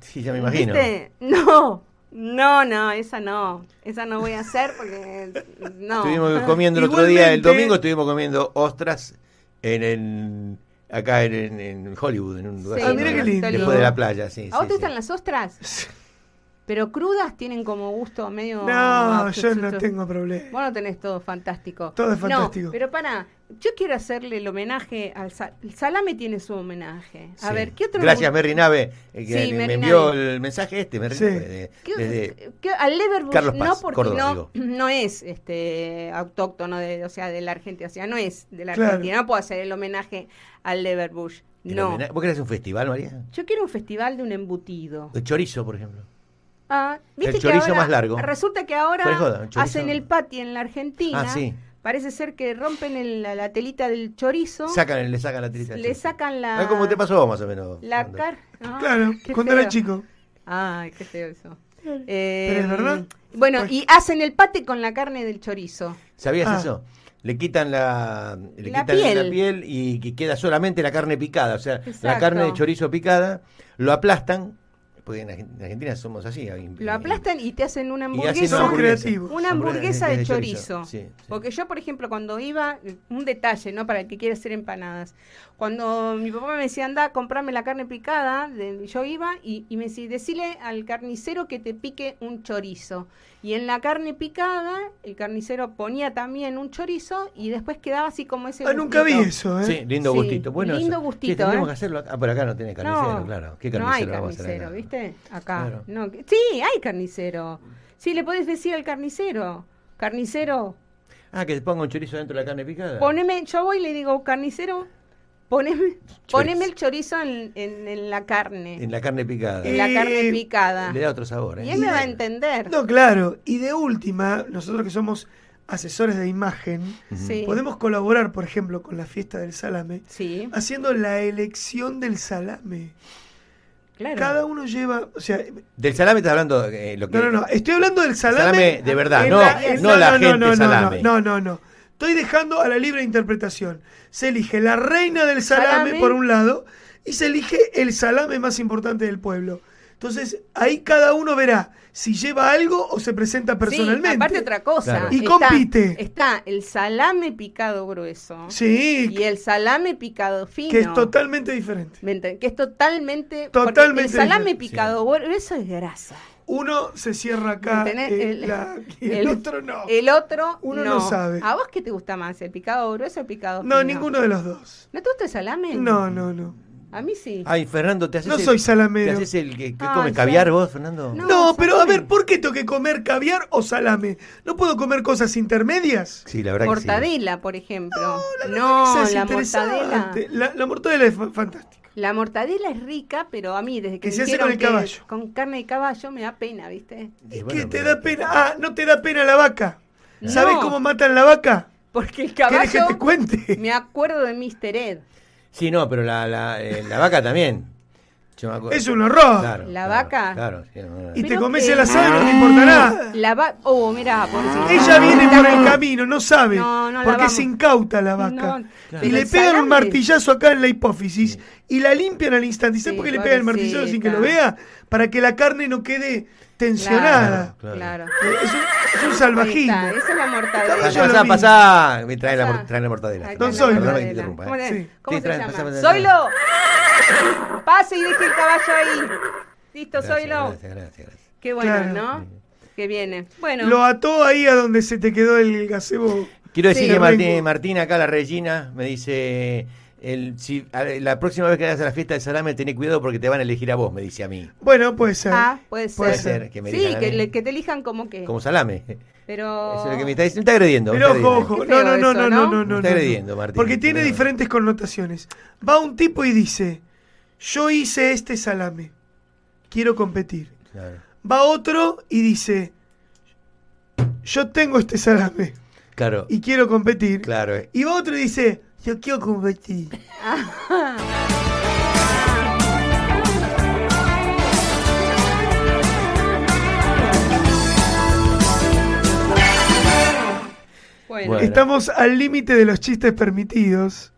[SPEAKER 1] Sí, ya me imagino.
[SPEAKER 4] ¿viste? (laughs) No, no, no, esa no, esa no voy a hacer porque no. (laughs)
[SPEAKER 1] Estuvimos comiendo el otro día, el
[SPEAKER 2] Igualmente-
[SPEAKER 1] domingo estuvimos comiendo ostras en, en- acá en, en- en Hollywood, en un lugar.
[SPEAKER 4] Sí,
[SPEAKER 2] Ah,
[SPEAKER 1] así,
[SPEAKER 2] mira
[SPEAKER 1] ¿no?
[SPEAKER 2] qué lindo.
[SPEAKER 1] Después de la playa, sí.
[SPEAKER 4] ¿A vos
[SPEAKER 1] sí, (laughs)
[SPEAKER 4] te
[SPEAKER 1] sí.
[SPEAKER 4] gustan las ostras? Pero crudas tienen como gusto medio... ah,
[SPEAKER 2] No, yo no tengo problema.
[SPEAKER 4] Vos no tenés todo fantástico.
[SPEAKER 2] Todo es
[SPEAKER 4] No,
[SPEAKER 2] fantástico.
[SPEAKER 4] pero para, yo quiero hacerle el homenaje al sa- el salame tiene su homenaje. A
[SPEAKER 1] Sí.
[SPEAKER 4] ver, ¿qué otro
[SPEAKER 1] Gracias, Merry Nave, eh, que
[SPEAKER 4] Sí,
[SPEAKER 1] me,
[SPEAKER 4] Merry
[SPEAKER 1] envió
[SPEAKER 4] Nave.
[SPEAKER 1] el mensaje este, Merry
[SPEAKER 2] Sí.
[SPEAKER 1] Nave, de-
[SPEAKER 4] ¿Qué-
[SPEAKER 1] desde-
[SPEAKER 4] qué- al Leverbush
[SPEAKER 1] Carlos Paz,
[SPEAKER 4] no porque
[SPEAKER 1] Córdoba, digo.
[SPEAKER 4] no, no es este autóctono de, o sea, de la Argentina, o sea, no es de la
[SPEAKER 2] Claro.
[SPEAKER 4] Argentina, no puedo hacer el homenaje al Leverbush.
[SPEAKER 1] el
[SPEAKER 4] No.
[SPEAKER 1] homena- ¿Vos querés un festival, María?
[SPEAKER 4] Yo quiero un festival de un embutido.
[SPEAKER 1] El chorizo, por ejemplo.
[SPEAKER 4] Ah, ¿viste
[SPEAKER 1] El chorizo
[SPEAKER 4] que ahora-
[SPEAKER 1] más largo.
[SPEAKER 4] Resulta que
[SPEAKER 1] Fuera
[SPEAKER 4] ahora
[SPEAKER 1] de joda, el chorizo-
[SPEAKER 4] hacen el patio en la Argentina.
[SPEAKER 1] Ah, sí.
[SPEAKER 4] Parece ser que rompen el- la, la telita del chorizo,
[SPEAKER 1] Sacan, le sacan la tirita. al
[SPEAKER 4] le
[SPEAKER 1] chorizo.
[SPEAKER 4] sacan la
[SPEAKER 1] Ah, ¿Cómo te pasó, más o menos?
[SPEAKER 4] la
[SPEAKER 1] Fernando?
[SPEAKER 4] car- Ah,
[SPEAKER 2] Claro,
[SPEAKER 4] qué
[SPEAKER 2] cuando era
[SPEAKER 4] feo.
[SPEAKER 2] chico.
[SPEAKER 4] Ay, qué feo eso. Eh,
[SPEAKER 2] Pero es verdad. Pues
[SPEAKER 4] Bueno, y hacen el pate con la carne del chorizo.
[SPEAKER 1] ¿Sabías
[SPEAKER 2] Ah.
[SPEAKER 1] eso? Le quitan la, le
[SPEAKER 4] La
[SPEAKER 1] quitan
[SPEAKER 4] piel.
[SPEAKER 1] la piel y que queda solamente la carne picada, o sea, la
[SPEAKER 4] Exacto.
[SPEAKER 1] carne de chorizo picada, lo aplastan, porque en Argen- en Argentina somos así. hay-
[SPEAKER 4] Lo aplastan y te hacen una
[SPEAKER 1] y hacen
[SPEAKER 4] hamburguesa.
[SPEAKER 2] Somos
[SPEAKER 1] hamburguesa.
[SPEAKER 2] creativos.
[SPEAKER 4] una hamburguesa de chorizo.
[SPEAKER 1] Sí, sí.
[SPEAKER 4] Porque yo, por ejemplo, cuando iba, un detalle, ¿no? Para el que quiere hacer empanadas. Cuando mi papá me decía, anda, comprame la carne picada, de- yo iba y, y me decía, decile al carnicero que te pique un chorizo. Y en la carne picada, el carnicero ponía también un chorizo y después quedaba así como ese.
[SPEAKER 2] Ah, nunca vi
[SPEAKER 4] gustito.
[SPEAKER 2] eso, ¿eh?
[SPEAKER 1] Sí, lindo
[SPEAKER 4] Sí,
[SPEAKER 1] gustito. Bueno,
[SPEAKER 4] lindo
[SPEAKER 1] eso.
[SPEAKER 4] gustito,
[SPEAKER 1] Sí, tendríamos
[SPEAKER 4] ¿eh?
[SPEAKER 1] que hacerlo acá. Ah, por acá no tiene carnicero, claro. ¿Qué carnicero
[SPEAKER 4] no hay
[SPEAKER 1] vamos a hacer
[SPEAKER 4] carnicero,
[SPEAKER 1] acá?
[SPEAKER 4] ¿viste? Acá.
[SPEAKER 1] Claro.
[SPEAKER 4] No, que- sí, hay carnicero. Sí, le podés decir al carnicero. Carnicero,
[SPEAKER 1] Ah, que te ponga un chorizo dentro de la carne picada.
[SPEAKER 4] poneme, yo voy y le digo, carnicero, poneme, poneme el chorizo en, en- en la carne,
[SPEAKER 1] En la carne picada.
[SPEAKER 4] en la carne
[SPEAKER 2] Eh,
[SPEAKER 4] picada.
[SPEAKER 1] Le da otro sabor, ¿eh?
[SPEAKER 4] Y él me va a entender.
[SPEAKER 2] No, claro. Y de última, nosotros que somos asesores de imagen,
[SPEAKER 4] Sí.
[SPEAKER 2] podemos colaborar, por ejemplo, con la fiesta del salame,
[SPEAKER 4] Sí,
[SPEAKER 2] haciendo la elección del salame.
[SPEAKER 4] claro.
[SPEAKER 2] Cada uno lleva, o sea,
[SPEAKER 1] Del salame estás hablando eh, lo que...
[SPEAKER 2] no, no, no, estoy hablando del salame,
[SPEAKER 1] Salame de verdad,
[SPEAKER 2] en
[SPEAKER 1] no-
[SPEAKER 2] en-
[SPEAKER 1] no la gente
[SPEAKER 2] no, no,
[SPEAKER 1] salame.
[SPEAKER 2] No, no, no. Estoy dejando a la libre interpretación. Se elige la reina del salame,
[SPEAKER 4] Salame.
[SPEAKER 2] por un lado y se elige el salame más importante del pueblo. Entonces, ahí cada uno verá si lleva algo o se presenta personalmente.
[SPEAKER 4] Sí, aparte otra cosa.
[SPEAKER 1] Claro.
[SPEAKER 2] Y compite.
[SPEAKER 4] Está el salame picado grueso
[SPEAKER 2] Sí,
[SPEAKER 4] y el salame picado fino.
[SPEAKER 2] que es totalmente diferente.
[SPEAKER 4] ¿Me enten- Que es totalmente.
[SPEAKER 2] Este. Totalmente
[SPEAKER 4] porque El salame
[SPEAKER 2] diferente.
[SPEAKER 4] picado, bueno, eso es grasa.
[SPEAKER 2] Uno se cierra acá
[SPEAKER 4] ¿Entendés?
[SPEAKER 2] eh,
[SPEAKER 4] El-
[SPEAKER 2] la- y el,
[SPEAKER 4] el-
[SPEAKER 2] otro no.
[SPEAKER 4] El otro.
[SPEAKER 2] Uno
[SPEAKER 4] no
[SPEAKER 2] no sabe.
[SPEAKER 4] ¿A vos qué te gusta más? ¿El picado grueso o el picado
[SPEAKER 2] no,
[SPEAKER 4] fino?
[SPEAKER 2] ninguno de los dos.
[SPEAKER 4] ¿No te gusta el salame?
[SPEAKER 2] No, no, no.
[SPEAKER 4] A mí sí.
[SPEAKER 1] Ay, Fernando, te haces
[SPEAKER 2] No
[SPEAKER 1] el-
[SPEAKER 2] soy salamero.
[SPEAKER 1] ¿Te haces el que, que
[SPEAKER 4] Ay,
[SPEAKER 1] come
[SPEAKER 4] ya.
[SPEAKER 1] caviar vos, Fernando?
[SPEAKER 4] No.
[SPEAKER 2] No, pero a
[SPEAKER 4] salame.
[SPEAKER 2] ver, ¿por qué tengo que comer caviar o salame? ¿No puedo comer cosas intermedias?
[SPEAKER 1] Sí, la verdad que sí.
[SPEAKER 4] mortadela, por ejemplo.
[SPEAKER 2] Esa
[SPEAKER 4] No,
[SPEAKER 2] es
[SPEAKER 4] la
[SPEAKER 2] interesante.
[SPEAKER 4] mortadela.
[SPEAKER 2] La, la mortadela es fa- fantástica.
[SPEAKER 4] La mortadela es rica, pero a mí desde que
[SPEAKER 2] Que
[SPEAKER 4] me
[SPEAKER 2] se hace
[SPEAKER 4] dijeron
[SPEAKER 2] con el
[SPEAKER 4] que
[SPEAKER 2] caballo.
[SPEAKER 4] con carne de caballo me da pena, ¿viste?
[SPEAKER 1] Y
[SPEAKER 2] Es
[SPEAKER 1] bueno,
[SPEAKER 2] que te
[SPEAKER 1] pero-
[SPEAKER 2] da pena. Ah, no te da pena la vaca. ¿Sabes
[SPEAKER 4] No.
[SPEAKER 2] cómo matan la vaca?
[SPEAKER 4] Porque
[SPEAKER 2] ¿Quieres
[SPEAKER 4] el
[SPEAKER 2] que
[SPEAKER 4] caballo
[SPEAKER 2] te cuente?
[SPEAKER 4] me acuerdo de Mr. Ed.
[SPEAKER 1] Sí, no, pero la, la, eh, la vaca también. Yo me acuerdo.
[SPEAKER 2] Es un horror.
[SPEAKER 1] Claro,
[SPEAKER 4] La
[SPEAKER 1] claro,
[SPEAKER 4] vaca.
[SPEAKER 1] Claro. sí, no, no.
[SPEAKER 2] Y te
[SPEAKER 4] Pero
[SPEAKER 2] comes
[SPEAKER 4] que-
[SPEAKER 2] el asado y no te importa nada.
[SPEAKER 4] La va Oh, mirá, por
[SPEAKER 2] Ella viene por el camino, no sabe.
[SPEAKER 4] No, no la
[SPEAKER 2] porque
[SPEAKER 4] vamos.
[SPEAKER 2] se incauta la vaca.
[SPEAKER 4] No,
[SPEAKER 1] claro.
[SPEAKER 2] Y
[SPEAKER 4] pero
[SPEAKER 2] le
[SPEAKER 4] el
[SPEAKER 2] pegan un
[SPEAKER 4] salame-
[SPEAKER 2] martillazo acá en la hipófisis y la limpian al instante. ¿Y ¿Sabes
[SPEAKER 4] Sí,
[SPEAKER 2] por qué le pegan el
[SPEAKER 4] pobrecita.
[SPEAKER 2] martillazo sin que lo vea? Para que la carne no quede tensionada.
[SPEAKER 1] Claro.
[SPEAKER 4] Claro.
[SPEAKER 2] Es un, es un
[SPEAKER 4] Ahí
[SPEAKER 2] salvajismo.
[SPEAKER 4] está, esa es la
[SPEAKER 2] Caballo
[SPEAKER 1] Pasá,
[SPEAKER 2] lo
[SPEAKER 4] mortadela.
[SPEAKER 1] pasá,
[SPEAKER 2] mismo.
[SPEAKER 1] pasá. Me trae la,
[SPEAKER 4] Pasá.
[SPEAKER 1] mor- trae la mortadela.
[SPEAKER 4] Ahí
[SPEAKER 2] No
[SPEAKER 4] está
[SPEAKER 2] soy
[SPEAKER 4] la
[SPEAKER 2] la-
[SPEAKER 1] Perdona que te
[SPEAKER 4] mortadela.
[SPEAKER 1] interrumpa.
[SPEAKER 4] ¿Cómo,
[SPEAKER 1] ¿eh?
[SPEAKER 4] le-
[SPEAKER 2] Sí.
[SPEAKER 4] cómo
[SPEAKER 1] Sí,
[SPEAKER 4] se
[SPEAKER 1] tra-
[SPEAKER 4] llama?
[SPEAKER 1] pasá, pasá,
[SPEAKER 4] Zoilo. Pase y deje el caballo ahí. Listo,
[SPEAKER 1] Gracias,
[SPEAKER 4] Zoilo.
[SPEAKER 1] gracias, gracias, gracias.
[SPEAKER 4] Qué bueno,
[SPEAKER 2] Claro.
[SPEAKER 4] ¿no? Que viene. Bueno.
[SPEAKER 2] Lo ató ahí a donde se te quedó el gazebo.
[SPEAKER 1] Quiero decir
[SPEAKER 4] Sí.
[SPEAKER 1] que
[SPEAKER 2] Lo
[SPEAKER 1] Martín,
[SPEAKER 2] tengo.
[SPEAKER 1] Martín, acá la Regina, me dice, el, si, a- la próxima vez que vayas a la fiesta del salame, tené cuidado porque te van a elegir a vos, me dice a mí.
[SPEAKER 2] Bueno, puede ser.
[SPEAKER 4] Ah, puede ser.
[SPEAKER 1] Puede ser que me
[SPEAKER 4] sí,
[SPEAKER 1] elijan a
[SPEAKER 4] que,
[SPEAKER 1] mí.
[SPEAKER 4] le- que te elijan como que.
[SPEAKER 1] Como salame.
[SPEAKER 4] Pero.
[SPEAKER 1] Eso es lo que me está diciendo. Me está agrediendo. me
[SPEAKER 2] Pero
[SPEAKER 1] está
[SPEAKER 2] ojo,
[SPEAKER 1] agrediendo.
[SPEAKER 2] ojo.
[SPEAKER 4] Qué
[SPEAKER 2] No,
[SPEAKER 4] feo
[SPEAKER 2] no, no, no,
[SPEAKER 4] eso, ¿no?
[SPEAKER 2] no, no,
[SPEAKER 1] Me
[SPEAKER 2] no.
[SPEAKER 1] está
[SPEAKER 2] no.
[SPEAKER 1] agrediendo, Martín.
[SPEAKER 2] Porque tiene
[SPEAKER 1] Pero-
[SPEAKER 2] diferentes connotaciones. Va un tipo y dice, yo hice este salame, quiero competir.
[SPEAKER 1] Claro,
[SPEAKER 2] Va otro y dice, yo tengo este salame
[SPEAKER 1] claro,
[SPEAKER 2] y quiero competir.
[SPEAKER 1] claro, eh.
[SPEAKER 2] Y va otro y dice, yo quiero competir.
[SPEAKER 4] Bueno.
[SPEAKER 1] Bueno.
[SPEAKER 2] Estamos al límite de los chistes permitidos,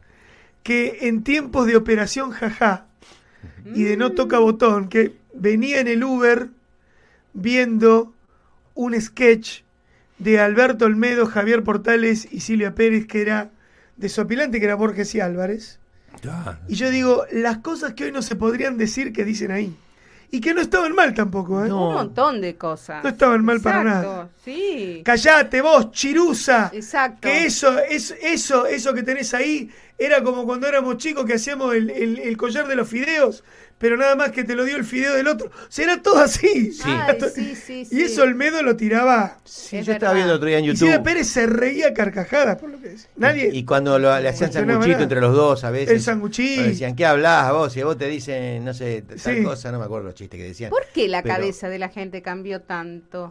[SPEAKER 2] que en tiempos de operación jaja y de no toca botón, que venía en el Uber viendo un sketch de Alberto Olmedo, Javier Portales y Silvia Pérez, que era desopilante, que era Borges y Álvarez.
[SPEAKER 1] Ah,
[SPEAKER 2] Y yo digo, las cosas que hoy no se podrían decir que dicen ahí. Y que no estaban mal tampoco, ¿eh?
[SPEAKER 1] No.
[SPEAKER 4] Un montón de cosas.
[SPEAKER 2] No estaban mal para
[SPEAKER 4] Exacto,
[SPEAKER 2] nada.
[SPEAKER 4] Sí.
[SPEAKER 2] Callate vos, chirusa.
[SPEAKER 4] Exacto.
[SPEAKER 2] Que eso, eso, eso, eso que tenés ahí era como cuando éramos chicos que hacíamos el, el- el collar de los fideos, pero nada más que te lo dio el fideo del otro. Será todo así.
[SPEAKER 4] Ay, sí, sí, sí.
[SPEAKER 2] Y eso Olmedo lo tiraba.
[SPEAKER 1] sí, yo
[SPEAKER 4] es
[SPEAKER 1] estaba
[SPEAKER 4] verdad.
[SPEAKER 1] viendo el otro día en
[SPEAKER 2] Y Silvia
[SPEAKER 1] YouTube.
[SPEAKER 2] Pérez se reía a carcajadas por lo que decía. Nadie.
[SPEAKER 1] Y cuando lo- le hacían
[SPEAKER 2] No, no,
[SPEAKER 1] sanguchito
[SPEAKER 2] no.
[SPEAKER 1] entre los dos a veces.
[SPEAKER 2] El sanguchito.
[SPEAKER 1] Le Decían, ¿qué hablás a vos? Y a vos te dicen, no sé, t- tal
[SPEAKER 2] Sí.
[SPEAKER 1] cosa, no me acuerdo los chistes que decían.
[SPEAKER 4] ¿Por qué la
[SPEAKER 1] Pero-
[SPEAKER 4] cabeza de la gente cambió tanto?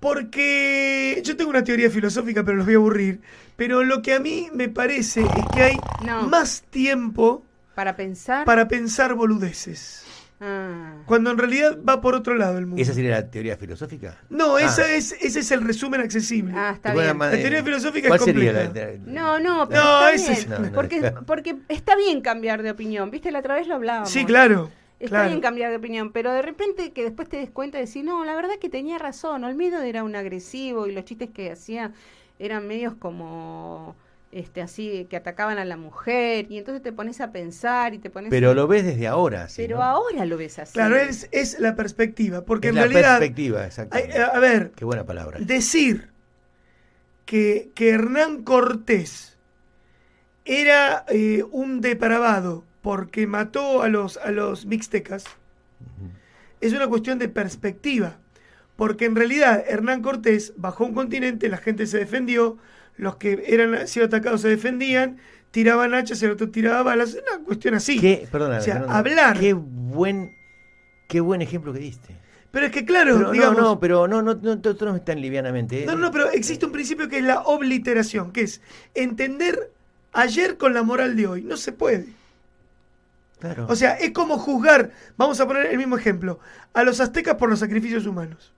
[SPEAKER 2] Porque yo tengo una teoría filosófica, pero los voy a aburrir. Pero lo que a mí me parece es que hay
[SPEAKER 4] No.
[SPEAKER 2] más tiempo
[SPEAKER 4] ¿Para pensar?
[SPEAKER 2] para pensar boludeces.
[SPEAKER 4] Ah.
[SPEAKER 2] Cuando en realidad va por otro lado el mundo.
[SPEAKER 1] ¿Esa sería la teoría filosófica?
[SPEAKER 2] No,
[SPEAKER 1] Ah.
[SPEAKER 2] esa es, ese es el resumen accesible.
[SPEAKER 4] Ah, está
[SPEAKER 1] Bueno,
[SPEAKER 4] bien.
[SPEAKER 1] ma-
[SPEAKER 2] La teoría filosófica es
[SPEAKER 1] ¿Cuál sería
[SPEAKER 2] compleja.
[SPEAKER 1] la- la-
[SPEAKER 4] No, no, pero
[SPEAKER 2] No,
[SPEAKER 4] está
[SPEAKER 2] ese
[SPEAKER 4] bien.
[SPEAKER 2] es-
[SPEAKER 1] No, no.
[SPEAKER 4] Porque, porque está bien cambiar de opinión, ¿viste? La otra vez lo hablábamos.
[SPEAKER 2] Sí, claro.
[SPEAKER 4] Está
[SPEAKER 2] claro.
[SPEAKER 4] bien cambiar de opinión, pero de repente que después te des cuenta y decir, no, la verdad que tenía razón, Olmedo era un agresivo y los chistes que hacía eran medios como este así que atacaban a la mujer y entonces te pones a pensar y te pones
[SPEAKER 1] Pero
[SPEAKER 4] a-
[SPEAKER 1] lo ves desde ahora, sí.
[SPEAKER 4] pero
[SPEAKER 1] ¿no?
[SPEAKER 4] ahora lo ves así.
[SPEAKER 2] Claro, es, es la perspectiva. Porque
[SPEAKER 1] Es
[SPEAKER 2] en
[SPEAKER 1] la
[SPEAKER 2] realidad.
[SPEAKER 1] perspectiva, exacto.
[SPEAKER 2] hay- eh, a ver,
[SPEAKER 1] Qué buena palabra.
[SPEAKER 2] decir que, que Hernán Cortés era eh, un depravado porque mató a los, a los mixtecas es una cuestión de perspectiva. Porque en realidad Hernán Cortés bajó un continente, la gente se defendió, los que eran sido atacados se defendían, tiraban hachas, el otro tiraba balas, es una cuestión así.
[SPEAKER 1] Qué, perdóname,
[SPEAKER 2] O sea,
[SPEAKER 1] Fernando,
[SPEAKER 2] hablar.
[SPEAKER 1] Qué buen, qué buen ejemplo que diste.
[SPEAKER 2] Pero es que claro,
[SPEAKER 1] Pero
[SPEAKER 2] digamos,
[SPEAKER 1] no, no, pero no, no, no, no, no es tan livianamente. ¿eh?
[SPEAKER 2] No, no, pero existe un principio que es la obliteración, que es entender ayer con la moral de hoy. No se puede.
[SPEAKER 1] Claro.
[SPEAKER 2] O sea, es como juzgar, vamos a poner el mismo ejemplo, a los aztecas por los sacrificios humanos.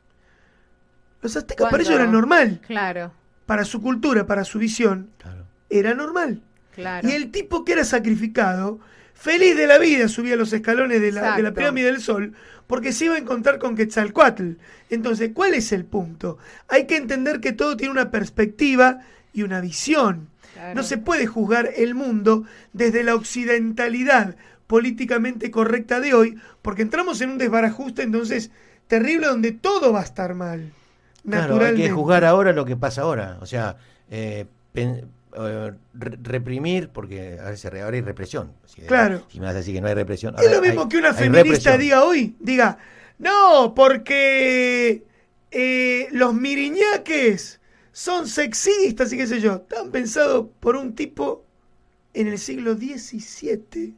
[SPEAKER 2] Los aztecas para
[SPEAKER 4] Cuando-
[SPEAKER 2] ellos era normal,
[SPEAKER 4] Claro,
[SPEAKER 2] para su cultura, para su visión,
[SPEAKER 1] Claro.
[SPEAKER 2] era normal.
[SPEAKER 4] claro.
[SPEAKER 2] Y el tipo que era sacrificado, feliz de la vida, subía los escalones de la, de la
[SPEAKER 4] Exacto.
[SPEAKER 2] pirámide del sol, porque se iba a encontrar con Quetzalcoatl. Entonces, ¿cuál es el punto? Hay que entender que todo tiene una perspectiva y una visión.
[SPEAKER 4] Claro.
[SPEAKER 2] No se puede juzgar el mundo desde la occidentalidad políticamente correcta de hoy, porque entramos en un desbarajuste entonces terrible donde todo va a estar mal.
[SPEAKER 1] Claro, hay
[SPEAKER 2] naturalmente.
[SPEAKER 1] que juzgar ahora lo que pasa ahora. O sea, eh, pen- eh, re- reprimir, porque ahora, se, re- ahora hay represión. Si, eh,
[SPEAKER 2] Claro.
[SPEAKER 1] Si me vas a decir que no hay represión.
[SPEAKER 2] Es
[SPEAKER 1] ahora
[SPEAKER 2] lo mismo
[SPEAKER 1] hay-
[SPEAKER 2] que una
[SPEAKER 1] hay
[SPEAKER 2] feminista
[SPEAKER 1] represión.
[SPEAKER 2] diga hoy, diga, no, porque eh, los miriñaques son sexistas y qué sé yo. Están pensados por un tipo en el siglo XVII.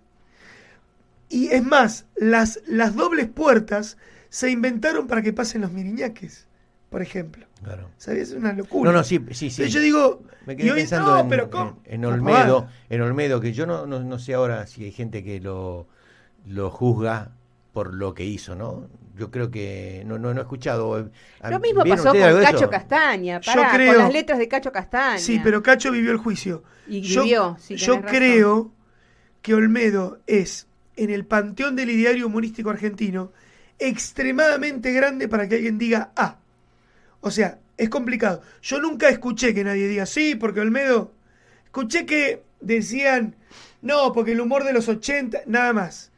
[SPEAKER 2] Y es más, las, las dobles puertas se inventaron para que pasen los miriñaques, por ejemplo.
[SPEAKER 1] Claro.
[SPEAKER 2] ¿Sabías? Es una locura.
[SPEAKER 1] No, no, sí, sí, sí.
[SPEAKER 2] Pero Yo digo,
[SPEAKER 1] Me
[SPEAKER 2] y
[SPEAKER 1] quedé
[SPEAKER 2] hoy,
[SPEAKER 1] pensando
[SPEAKER 2] no,
[SPEAKER 1] en,
[SPEAKER 2] pero ¿cómo?
[SPEAKER 1] en- en
[SPEAKER 2] Una
[SPEAKER 1] Olmedo,
[SPEAKER 2] pavada.
[SPEAKER 1] en Olmedo, que yo no, no, no sé ahora si hay gente que lo, lo juzga por lo que hizo, ¿no? Yo creo que no, no, no he escuchado. eh,
[SPEAKER 4] Lo mismo
[SPEAKER 1] Ah, ¿Vieron
[SPEAKER 4] pasó
[SPEAKER 1] ustedes algo
[SPEAKER 4] con
[SPEAKER 1] de
[SPEAKER 4] Cacho
[SPEAKER 1] eso?
[SPEAKER 4] Castaña,
[SPEAKER 2] Yo
[SPEAKER 4] pará,
[SPEAKER 2] creo-
[SPEAKER 4] con las letras de Cacho Castaña.
[SPEAKER 2] Sí, pero Cacho vivió el juicio.
[SPEAKER 4] Y
[SPEAKER 2] yo
[SPEAKER 4] vivió, sí, tenés
[SPEAKER 2] yo
[SPEAKER 4] razón.
[SPEAKER 2] creo que Olmedo es, en el panteón del ideario humorístico argentino, extremadamente grande para que alguien diga, ah, o sea, es complicado. Yo nunca escuché que nadie diga, sí, porque Olmedo, escuché que decían, no, porque el humor de los 80, nada más.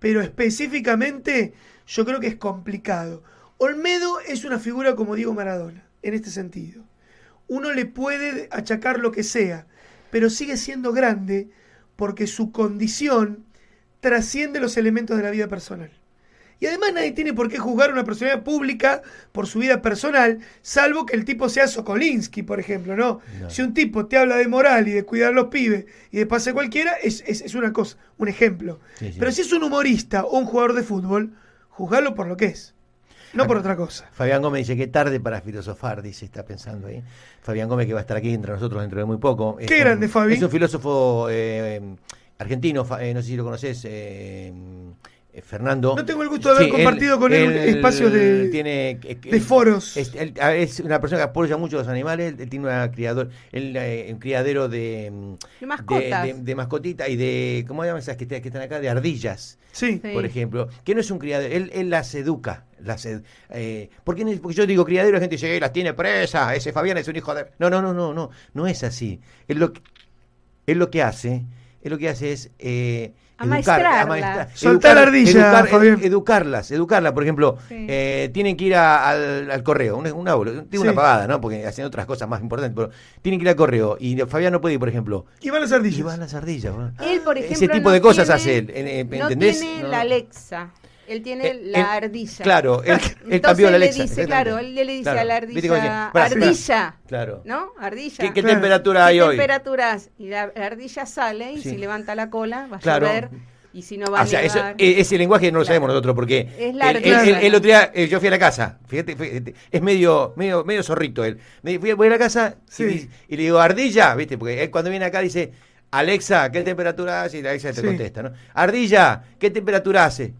[SPEAKER 2] Pero específicamente, yo creo que es complicado. Olmedo es una figura como Diego Maradona, en este sentido uno le puede achacar lo que sea, pero sigue siendo grande porque su condición trasciende los elementos de la vida personal. Y además nadie tiene por qué juzgar a una personalidad pública por su vida personal, salvo que el tipo sea Sokolinsky, por ejemplo, ¿no?
[SPEAKER 1] No.
[SPEAKER 2] Si un tipo te habla de moral y de cuidar a los pibes y de pase cualquiera, es, es- es una cosa, un ejemplo.
[SPEAKER 1] Sí, sí.
[SPEAKER 2] Pero si es un humorista o un jugador de fútbol, juzgarlo por lo que es, no por otra cosa.
[SPEAKER 1] Fabián Gómez dice que tarde para filosofar, dice, está pensando ahí. Fabián Gómez que va a estar aquí entre nosotros dentro de muy poco. Es
[SPEAKER 2] Qué
[SPEAKER 1] un-
[SPEAKER 2] grande, Fabi.
[SPEAKER 1] Es un filósofo eh, argentino, fa- eh, no sé si lo conoces, eh, eh, Fernando.
[SPEAKER 2] No tengo el gusto de haber compartido con él espacios de-
[SPEAKER 1] tiene, eh,
[SPEAKER 2] de foros.
[SPEAKER 1] Es, él- a- es una persona que apoya mucho a los animales, él, tiene una criador, él, eh, un criadero de, mm,
[SPEAKER 4] De mascotas.
[SPEAKER 1] de- de mascotita y de, ¿cómo llaman esas que, te- que están acá? De ardillas
[SPEAKER 2] Sí.
[SPEAKER 4] Sí.
[SPEAKER 1] por ejemplo, que no es un criadero, él, él las educa. Las ed- eh, ¿por qué no- porque, yo digo criadero, la gente dice, "Eh, las tiene presa, ese Fabián es un hijo de... No, no, no, no, no, no es así. Es lo que, es lo que hace, es lo que hace es... eh, Educar,
[SPEAKER 4] Amaestrarla.
[SPEAKER 1] amaestrar-
[SPEAKER 2] Soltá la ardilla,
[SPEAKER 1] educar-
[SPEAKER 2] Fabián.
[SPEAKER 1] educarlas, educarlas, por ejemplo,
[SPEAKER 4] Sí.
[SPEAKER 1] eh, tienen que ir a- al, al correo, una, una, bol- digo una
[SPEAKER 2] Sí.
[SPEAKER 1] pavada, ¿no? Porque hacen otras cosas más importantes, pero tienen que ir al correo y Fabián no puede ir, por ejemplo,
[SPEAKER 2] Y van las ardillas.
[SPEAKER 1] y van las ardillas. boludo.
[SPEAKER 4] Él, por
[SPEAKER 1] Ese
[SPEAKER 4] ejemplo,
[SPEAKER 1] tipo
[SPEAKER 4] no
[SPEAKER 1] de cosas
[SPEAKER 4] tiene-
[SPEAKER 1] hace él, en- en-
[SPEAKER 4] no
[SPEAKER 1] ¿entendés?
[SPEAKER 4] tiene
[SPEAKER 1] No,
[SPEAKER 4] la
[SPEAKER 1] no.
[SPEAKER 4] Alexa. Él tiene
[SPEAKER 1] Eh,
[SPEAKER 4] la
[SPEAKER 1] él-
[SPEAKER 4] ardilla. (laughs)
[SPEAKER 1] Claro, él, él
[SPEAKER 4] Entonces
[SPEAKER 1] cambió la
[SPEAKER 4] él le
[SPEAKER 1] Alexa.
[SPEAKER 4] dice,
[SPEAKER 1] exactamente.
[SPEAKER 4] claro, él le dice
[SPEAKER 1] Claro,
[SPEAKER 4] a la
[SPEAKER 1] ¿viste cómo
[SPEAKER 4] ardilla,
[SPEAKER 1] decía? Pará, pará.
[SPEAKER 4] ardilla,
[SPEAKER 1] Claro.
[SPEAKER 4] ¿no? Ardilla.
[SPEAKER 1] ¿Qué, qué
[SPEAKER 2] Claro.
[SPEAKER 1] temperatura hay
[SPEAKER 4] ¿Qué
[SPEAKER 1] hoy?
[SPEAKER 4] temperaturas? Y la, la ardilla sale y
[SPEAKER 1] Sí.
[SPEAKER 4] si levanta la cola va
[SPEAKER 1] Claro.
[SPEAKER 4] a llover y si no va
[SPEAKER 1] O sea,
[SPEAKER 4] a
[SPEAKER 1] eso-
[SPEAKER 4] nevar.
[SPEAKER 1] e- ese lenguaje no lo
[SPEAKER 4] Claro.
[SPEAKER 1] sabemos nosotros porque
[SPEAKER 4] Es la
[SPEAKER 1] el, el-
[SPEAKER 4] ardilla,
[SPEAKER 1] el- el
[SPEAKER 4] ¿no?
[SPEAKER 1] otro día eh, yo fui a la casa, fíjate, fíjate, es medio, medio, medio zorrito él. Me fui, voy a la casa y
[SPEAKER 2] Sí.
[SPEAKER 1] di- y, le digo, ardilla, viste, porque él cuando viene acá dice, Alexa, ¿qué temperatura hace? Y la Alexa te
[SPEAKER 2] Sí.
[SPEAKER 1] contesta, ¿no? Ardilla, ¿qué temperatura hace?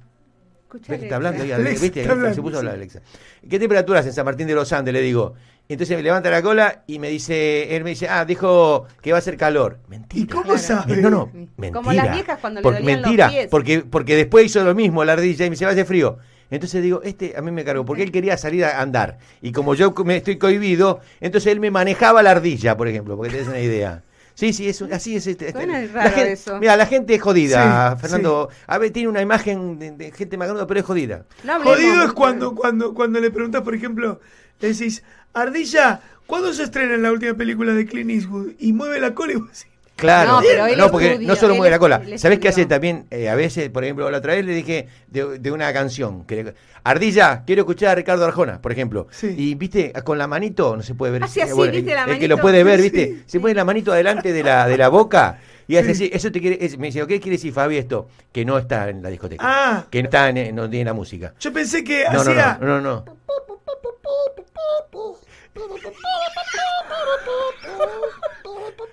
[SPEAKER 4] Escucha,
[SPEAKER 1] Ve que Está hablando ahí,
[SPEAKER 2] (laughs)
[SPEAKER 4] Alexa.
[SPEAKER 2] Alexa,
[SPEAKER 1] ¿viste?
[SPEAKER 2] está hablando,
[SPEAKER 1] se puso a
[SPEAKER 2] sí.
[SPEAKER 1] hablar Alexa. ¿Qué temperaturas en San Martín de los Andes? Le digo. Entonces me levanta la cola y me dice, él me dice, ah, dijo que va a hacer calor. Mentira.
[SPEAKER 2] ¿Y cómo sabe?
[SPEAKER 1] No, no,
[SPEAKER 4] Como
[SPEAKER 1] mentira.
[SPEAKER 4] las viejas cuando le dolían los
[SPEAKER 1] mentira,
[SPEAKER 4] pies.
[SPEAKER 1] Porque, porque después hizo lo mismo la ardilla y me dice, va a hacer frío. Entonces digo, este a mí me cargó, porque él quería salir a andar. Y como yo me estoy cohibido, entonces él me manejaba la ardilla, por ejemplo, porque te des una idea. Sí, sí, es un- así es. Este, este-
[SPEAKER 4] Suena
[SPEAKER 1] la
[SPEAKER 4] raro
[SPEAKER 1] gente,
[SPEAKER 4] eso.
[SPEAKER 1] Mira, la gente es jodida,
[SPEAKER 2] Sí,
[SPEAKER 1] Fernando. A ver, tiene una imagen de, de gente macanuda, pero es jodida.
[SPEAKER 4] No hablemos.
[SPEAKER 2] Jodido es cuando, cuando, cuando le preguntas, por ejemplo, le decís, Ardilla, ¿cuándo se estrena la última película de Clint Eastwood? Y mueve la cola y vos decís,
[SPEAKER 1] Claro, no,
[SPEAKER 4] No, pero él
[SPEAKER 1] porque
[SPEAKER 4] estudió,
[SPEAKER 1] no solo
[SPEAKER 4] él
[SPEAKER 1] mueve la cola.
[SPEAKER 4] estu- él
[SPEAKER 1] ¿Sabés qué hace
[SPEAKER 4] estudió.
[SPEAKER 1] también? Eh, a veces, por ejemplo, la otra vez le dije de, de una canción. Que le- Ardilla, quiero escuchar a Ricardo Arjona, por ejemplo.
[SPEAKER 2] Sí.
[SPEAKER 1] Y viste, con la manito no se puede ver. este
[SPEAKER 4] Hace así, ¿viste
[SPEAKER 1] el,
[SPEAKER 4] la
[SPEAKER 1] el que lo
[SPEAKER 4] manito?
[SPEAKER 1] puede ver,
[SPEAKER 2] Sí,
[SPEAKER 1] viste,
[SPEAKER 2] sí.
[SPEAKER 1] se pone la manito adelante de la, de la boca y hace
[SPEAKER 2] Sí.
[SPEAKER 1] así. Eso te quiere, es- me dice, ¿qué quiere decir Fabi esto? Que no está en la discoteca.
[SPEAKER 2] Ah.
[SPEAKER 1] Que no está en, eh, no tiene la música.
[SPEAKER 2] yo pensé que
[SPEAKER 1] No, no,
[SPEAKER 2] hacía...
[SPEAKER 1] no, no, no.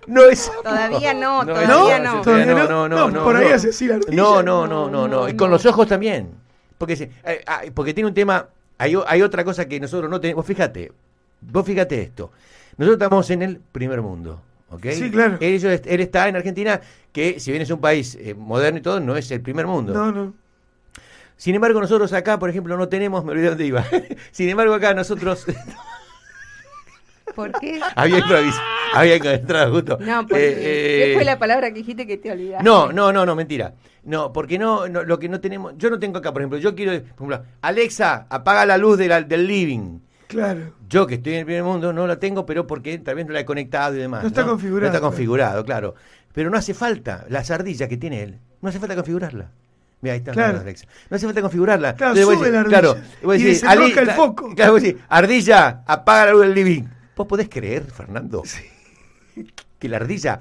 [SPEAKER 1] No es.
[SPEAKER 4] Todavía no,
[SPEAKER 1] es-
[SPEAKER 4] todavía
[SPEAKER 2] no.
[SPEAKER 1] Todavía
[SPEAKER 2] Todavía
[SPEAKER 1] no, no,
[SPEAKER 2] no.
[SPEAKER 1] no,
[SPEAKER 2] No, por ahí hace así la ardilla.
[SPEAKER 1] No, no, no, no, no.
[SPEAKER 4] No,
[SPEAKER 1] Y
[SPEAKER 4] no.
[SPEAKER 1] con los ojos también. Porque, se- eh, ah, porque tiene un tema. Hay, o- hay otra cosa que nosotros no tenemos. Vos fíjate. Vos fíjate esto. Nosotros estamos en el primer mundo. ¿Ok?
[SPEAKER 2] Sí, claro.
[SPEAKER 1] Él, ellos- él está en Argentina, que si bien es un país eh, moderno y todo, no es el primer mundo.
[SPEAKER 2] No, no.
[SPEAKER 1] Sin embargo, nosotros acá, por ejemplo, no tenemos, me olvidé dónde iba. (laughs) Sin embargo, acá nosotros (laughs)
[SPEAKER 4] ¿Por qué?
[SPEAKER 1] había improvisado, había encontrado justo.
[SPEAKER 4] Ah. No, porque
[SPEAKER 1] Eh, eh,
[SPEAKER 4] ¿qué fue la palabra que dijiste que te olvidaste?
[SPEAKER 1] No, no, no, no, mentira. No, porque no, no, lo que no tenemos, yo no tengo acá, por ejemplo, yo quiero, por ejemplo, Alexa, apaga la luz de la- del living.
[SPEAKER 2] Claro.
[SPEAKER 1] Yo que estoy en el primer mundo no la tengo, pero porque tal vez no la he conectado y demás.
[SPEAKER 2] No está configurado,
[SPEAKER 1] No está
[SPEAKER 2] claro.
[SPEAKER 1] configurado, claro. Pero no hace falta la sardilla que tiene él. No hace falta configurarla. Mira, ahí está
[SPEAKER 2] Claro.
[SPEAKER 1] mirá, Alexa. No hace falta configurarla.
[SPEAKER 2] Claro,
[SPEAKER 1] Entonces, vos
[SPEAKER 2] sube la
[SPEAKER 1] decís,
[SPEAKER 2] ardilla
[SPEAKER 1] claro, vos
[SPEAKER 2] y
[SPEAKER 1] decís,
[SPEAKER 2] desenrosca
[SPEAKER 1] Ali-
[SPEAKER 2] el
[SPEAKER 1] la-
[SPEAKER 2] foco.
[SPEAKER 1] Claro, vos decís, ardilla, apaga la luz del living. ¿Vos podés creer, Fernando, que la ardilla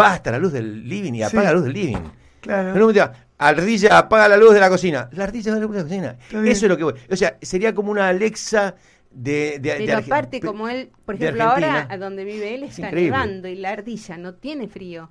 [SPEAKER 1] va hasta la luz del living y apaga
[SPEAKER 2] Sí.
[SPEAKER 1] la luz del living?
[SPEAKER 2] Claro.
[SPEAKER 1] No, no, mentira. Ardilla apaga la luz de la cocina. La ardilla apaga la luz de la cocina.
[SPEAKER 2] Está bien.
[SPEAKER 1] Eso es lo que voy. O sea, sería como una Alexa de, de, de
[SPEAKER 4] Pero
[SPEAKER 1] Arge-
[SPEAKER 4] aparte, como él, por
[SPEAKER 1] de
[SPEAKER 4] ejemplo, ahora
[SPEAKER 1] Argentina.
[SPEAKER 4] a donde vive él está
[SPEAKER 1] increíble.
[SPEAKER 4] nevando y la ardilla no tiene frío.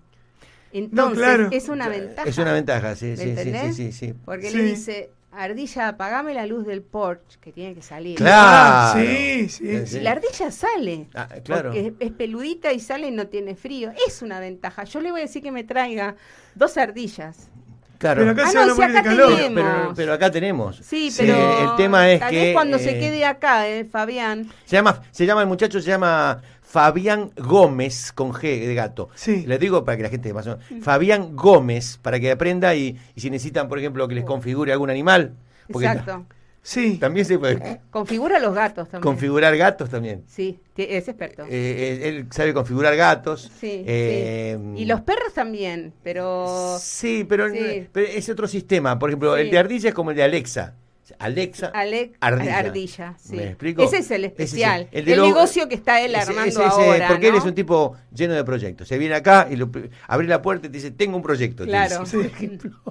[SPEAKER 4] Entonces,
[SPEAKER 2] claro.
[SPEAKER 4] es una ventaja.
[SPEAKER 1] Es una ventaja, sí,
[SPEAKER 4] ¿me
[SPEAKER 1] sí, sí, sí,
[SPEAKER 4] entendés?
[SPEAKER 1] sí, sí.
[SPEAKER 4] Porque
[SPEAKER 2] Sí.
[SPEAKER 4] le dice, ardilla, apagame la luz del porch, que tiene que salir.
[SPEAKER 1] Claro.
[SPEAKER 2] Ah, sí, sí,
[SPEAKER 1] Sí.
[SPEAKER 4] Y La ardilla sale.
[SPEAKER 1] Ah, claro.
[SPEAKER 4] Porque es- es peludita y sale y no tiene frío. Es una ventaja. Yo le voy a decir que me traiga dos ardillas.
[SPEAKER 1] Claro.
[SPEAKER 2] Pero acá
[SPEAKER 4] Ah,
[SPEAKER 2] se
[SPEAKER 4] no,
[SPEAKER 2] van a
[SPEAKER 4] si
[SPEAKER 2] morir de
[SPEAKER 4] acá
[SPEAKER 2] calor.
[SPEAKER 1] Pero- pero,
[SPEAKER 4] tenemos.
[SPEAKER 1] pero acá tenemos.
[SPEAKER 4] Sí,
[SPEAKER 2] Sí.
[SPEAKER 4] pero
[SPEAKER 1] Eh, el tema es
[SPEAKER 4] tal
[SPEAKER 1] que,
[SPEAKER 4] vez cuando se
[SPEAKER 1] eh,
[SPEAKER 4] quede acá, eh, Fabián.
[SPEAKER 1] Se llama, se llama el muchacho, se llama Fabián Gómez, con G de gato.
[SPEAKER 2] Sí.
[SPEAKER 1] Le digo para que la gente más o
[SPEAKER 4] Mm.
[SPEAKER 1] menos- Fabián Gómez, para que aprenda y, y si necesitan, por ejemplo, que les configure algún animal. Porque
[SPEAKER 4] Oh. Exacto.
[SPEAKER 2] sí.
[SPEAKER 1] ta- (laughs) También se puede
[SPEAKER 4] Configura los gatos también.
[SPEAKER 1] configurar gatos también.
[SPEAKER 4] Sí, que es experto.
[SPEAKER 1] Eh, él él sabe configurar gatos.
[SPEAKER 4] sí,
[SPEAKER 1] eh,
[SPEAKER 4] sí. Y los perros también, pero
[SPEAKER 1] Sí, pero,
[SPEAKER 4] Sí.
[SPEAKER 1] pero es otro sistema. Por ejemplo,
[SPEAKER 4] Sí.
[SPEAKER 1] el de ardilla es como el de Alexa. Alexa.
[SPEAKER 4] Alec
[SPEAKER 1] Ardilla.
[SPEAKER 4] ardilla, sí.
[SPEAKER 1] ¿Me explico?
[SPEAKER 4] Ese es el
[SPEAKER 1] Ese es
[SPEAKER 4] especial.
[SPEAKER 1] el
[SPEAKER 4] el
[SPEAKER 1] de lo-
[SPEAKER 4] negocio que está él
[SPEAKER 1] Ese-
[SPEAKER 4] armando
[SPEAKER 1] ese- ese-
[SPEAKER 4] ahora.
[SPEAKER 1] porque él
[SPEAKER 4] ¿no?
[SPEAKER 1] es un tipo lleno de proyectos. Se viene acá y lo, abre la puerta y te dice, tengo un proyecto. te
[SPEAKER 4] Claro.
[SPEAKER 1] dice. (laughs)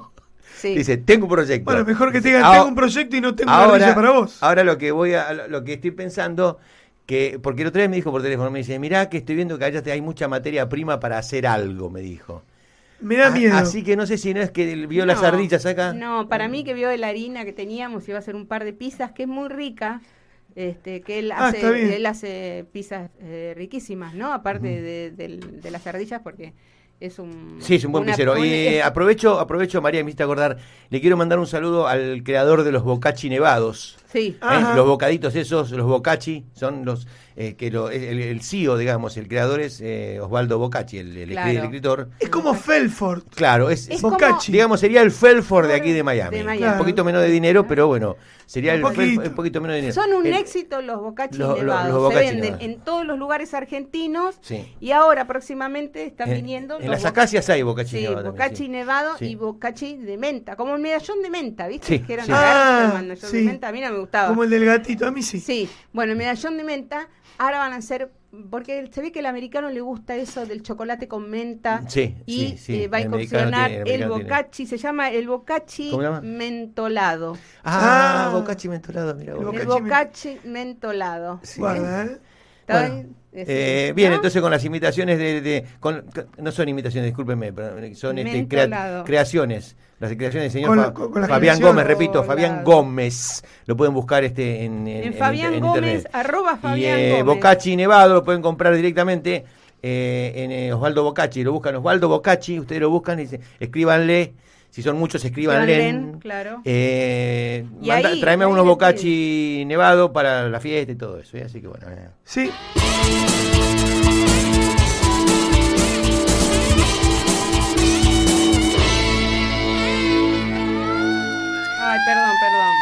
[SPEAKER 4] Sí.
[SPEAKER 1] Te dice, tengo un proyecto.
[SPEAKER 2] Bueno, mejor que te digan,
[SPEAKER 1] Ahora-
[SPEAKER 2] tengo un proyecto y no tengo una ardilla para vos.
[SPEAKER 1] Ah, Ahora ah, lo que voy a, lo que estoy pensando, que, porque el otro día me dijo por teléfono, me dice, mirá que estoy viendo que allá te- hay mucha materia prima para hacer algo, me dijo.
[SPEAKER 2] Me da
[SPEAKER 1] A-
[SPEAKER 2] miedo.
[SPEAKER 1] ah, Así que no sé si no es que él vio las
[SPEAKER 4] No,
[SPEAKER 1] ardillas acá.
[SPEAKER 4] No, para mí que vio la harina que teníamos, iba a hacer un par de pizzas, que es muy rica. Este, que él
[SPEAKER 2] Ah,
[SPEAKER 4] hace,
[SPEAKER 2] está bien.
[SPEAKER 4] él hace pizzas eh, riquísimas, ¿no? Aparte de, del- de las ardillas, porque es un.
[SPEAKER 1] Sí, es un buen
[SPEAKER 4] una-
[SPEAKER 1] pizzero.
[SPEAKER 4] una-
[SPEAKER 1] Y eh,
[SPEAKER 4] es-
[SPEAKER 1] aprovecho, aprovecho, María, me hiciste acordar, le quiero mandar un saludo al creador de los bocachi nevados.
[SPEAKER 4] sí,
[SPEAKER 1] ¿Eh?
[SPEAKER 2] Ajá.
[SPEAKER 1] Los bocaditos esos, los bocachi, son los eh, que lo- el, el CEO, digamos, el creador es eh, Osvaldo Bocacci, el, el escri-
[SPEAKER 4] Claro.
[SPEAKER 1] el escritor.
[SPEAKER 2] Es como Felford.
[SPEAKER 1] Claro, es,
[SPEAKER 4] Es
[SPEAKER 2] Bocacci.
[SPEAKER 1] digamos, sería el Felford de aquí de Miami.
[SPEAKER 4] De Miami.
[SPEAKER 1] Un poquito menos de dinero, pero bueno, sería el
[SPEAKER 2] Un
[SPEAKER 1] Felford,
[SPEAKER 2] poquito.
[SPEAKER 1] un poquito menos de dinero.
[SPEAKER 4] son un
[SPEAKER 1] El-
[SPEAKER 4] éxito los bocachis
[SPEAKER 1] lo- lo-
[SPEAKER 4] nevados.
[SPEAKER 1] los Bocacci
[SPEAKER 4] Se venden
[SPEAKER 1] nevados.
[SPEAKER 4] en todos los lugares argentinos
[SPEAKER 1] Sí.
[SPEAKER 4] y ahora próximamente están
[SPEAKER 1] En-
[SPEAKER 4] viniendo.
[SPEAKER 1] en
[SPEAKER 4] los
[SPEAKER 1] las
[SPEAKER 4] bo-
[SPEAKER 1] acacias hay bocachi
[SPEAKER 4] Sí,
[SPEAKER 1] nevado también,
[SPEAKER 4] bocachi
[SPEAKER 1] sí.
[SPEAKER 4] nevado
[SPEAKER 1] Sí.
[SPEAKER 4] y bocachi de menta, como el medallón de menta, ¿viste?
[SPEAKER 1] Sí,
[SPEAKER 4] que eran
[SPEAKER 1] sí.
[SPEAKER 4] acá,
[SPEAKER 2] Ah,
[SPEAKER 4] el medallón de
[SPEAKER 2] sí.
[SPEAKER 4] menta, a mí no me gustaba.
[SPEAKER 2] Como el del gatito, a mí sí.
[SPEAKER 4] Sí, bueno, el medallón de menta, ahora van a hacer, porque se ve que al americano le gusta eso del chocolate con menta.
[SPEAKER 1] Sí,
[SPEAKER 4] y
[SPEAKER 1] sí, sí,
[SPEAKER 4] eh, va a
[SPEAKER 1] el americano
[SPEAKER 4] incursionar
[SPEAKER 1] tiene- el
[SPEAKER 4] el,
[SPEAKER 1] americano tiene.
[SPEAKER 4] bocachi, se llama el bocachi
[SPEAKER 1] ¿Cómo se llama?
[SPEAKER 4] mentolado.
[SPEAKER 1] Ah,
[SPEAKER 2] Ah.
[SPEAKER 1] bocachi mentolado, mira vos.
[SPEAKER 2] Bocachi
[SPEAKER 4] el
[SPEAKER 2] men-
[SPEAKER 4] bocachi mentolado.
[SPEAKER 1] Sí.
[SPEAKER 2] Guarda, ¿eh?
[SPEAKER 4] ¿Está
[SPEAKER 1] Bueno,
[SPEAKER 4] bien? Es- Ah.
[SPEAKER 1] Eh, bien,
[SPEAKER 4] ¿no?
[SPEAKER 1] entonces con las imitaciones de... de- con- con- no son imitaciones, discúlpenme, pero son este, crea-
[SPEAKER 4] Mentolado.
[SPEAKER 1] creaciones. Las creaciones del señor
[SPEAKER 2] Con la-
[SPEAKER 1] Fa-
[SPEAKER 2] con- con la
[SPEAKER 1] Fabián
[SPEAKER 2] creación.
[SPEAKER 1] Gómez, repito, Fabián
[SPEAKER 4] Mentolado.
[SPEAKER 1] Gómez. Lo pueden buscar este en, en-
[SPEAKER 4] En
[SPEAKER 1] en
[SPEAKER 4] Fabián
[SPEAKER 1] inter- en
[SPEAKER 4] Gómez,
[SPEAKER 1] internet.
[SPEAKER 4] arroba
[SPEAKER 1] Y
[SPEAKER 4] Fabián
[SPEAKER 1] eh,
[SPEAKER 4] Gómez.
[SPEAKER 1] Bocacci Nevado lo pueden comprar directamente eh, en eh, Osvaldo Bocacci. Lo buscan Osvaldo Bocacci, ustedes lo buscan y dicen, escríbanle. Si son muchos, escríbanle.
[SPEAKER 4] Escríbanle, claro.
[SPEAKER 1] Eh,
[SPEAKER 4] Y
[SPEAKER 1] manda-
[SPEAKER 4] ahí-
[SPEAKER 1] tráeme
[SPEAKER 4] ahí
[SPEAKER 1] unos
[SPEAKER 4] le
[SPEAKER 1] Bocacci Nevado para la fiesta y todo eso. ¿eh? Así que bueno. eh.
[SPEAKER 2] Sí.
[SPEAKER 4] Ay, perdón, perdón.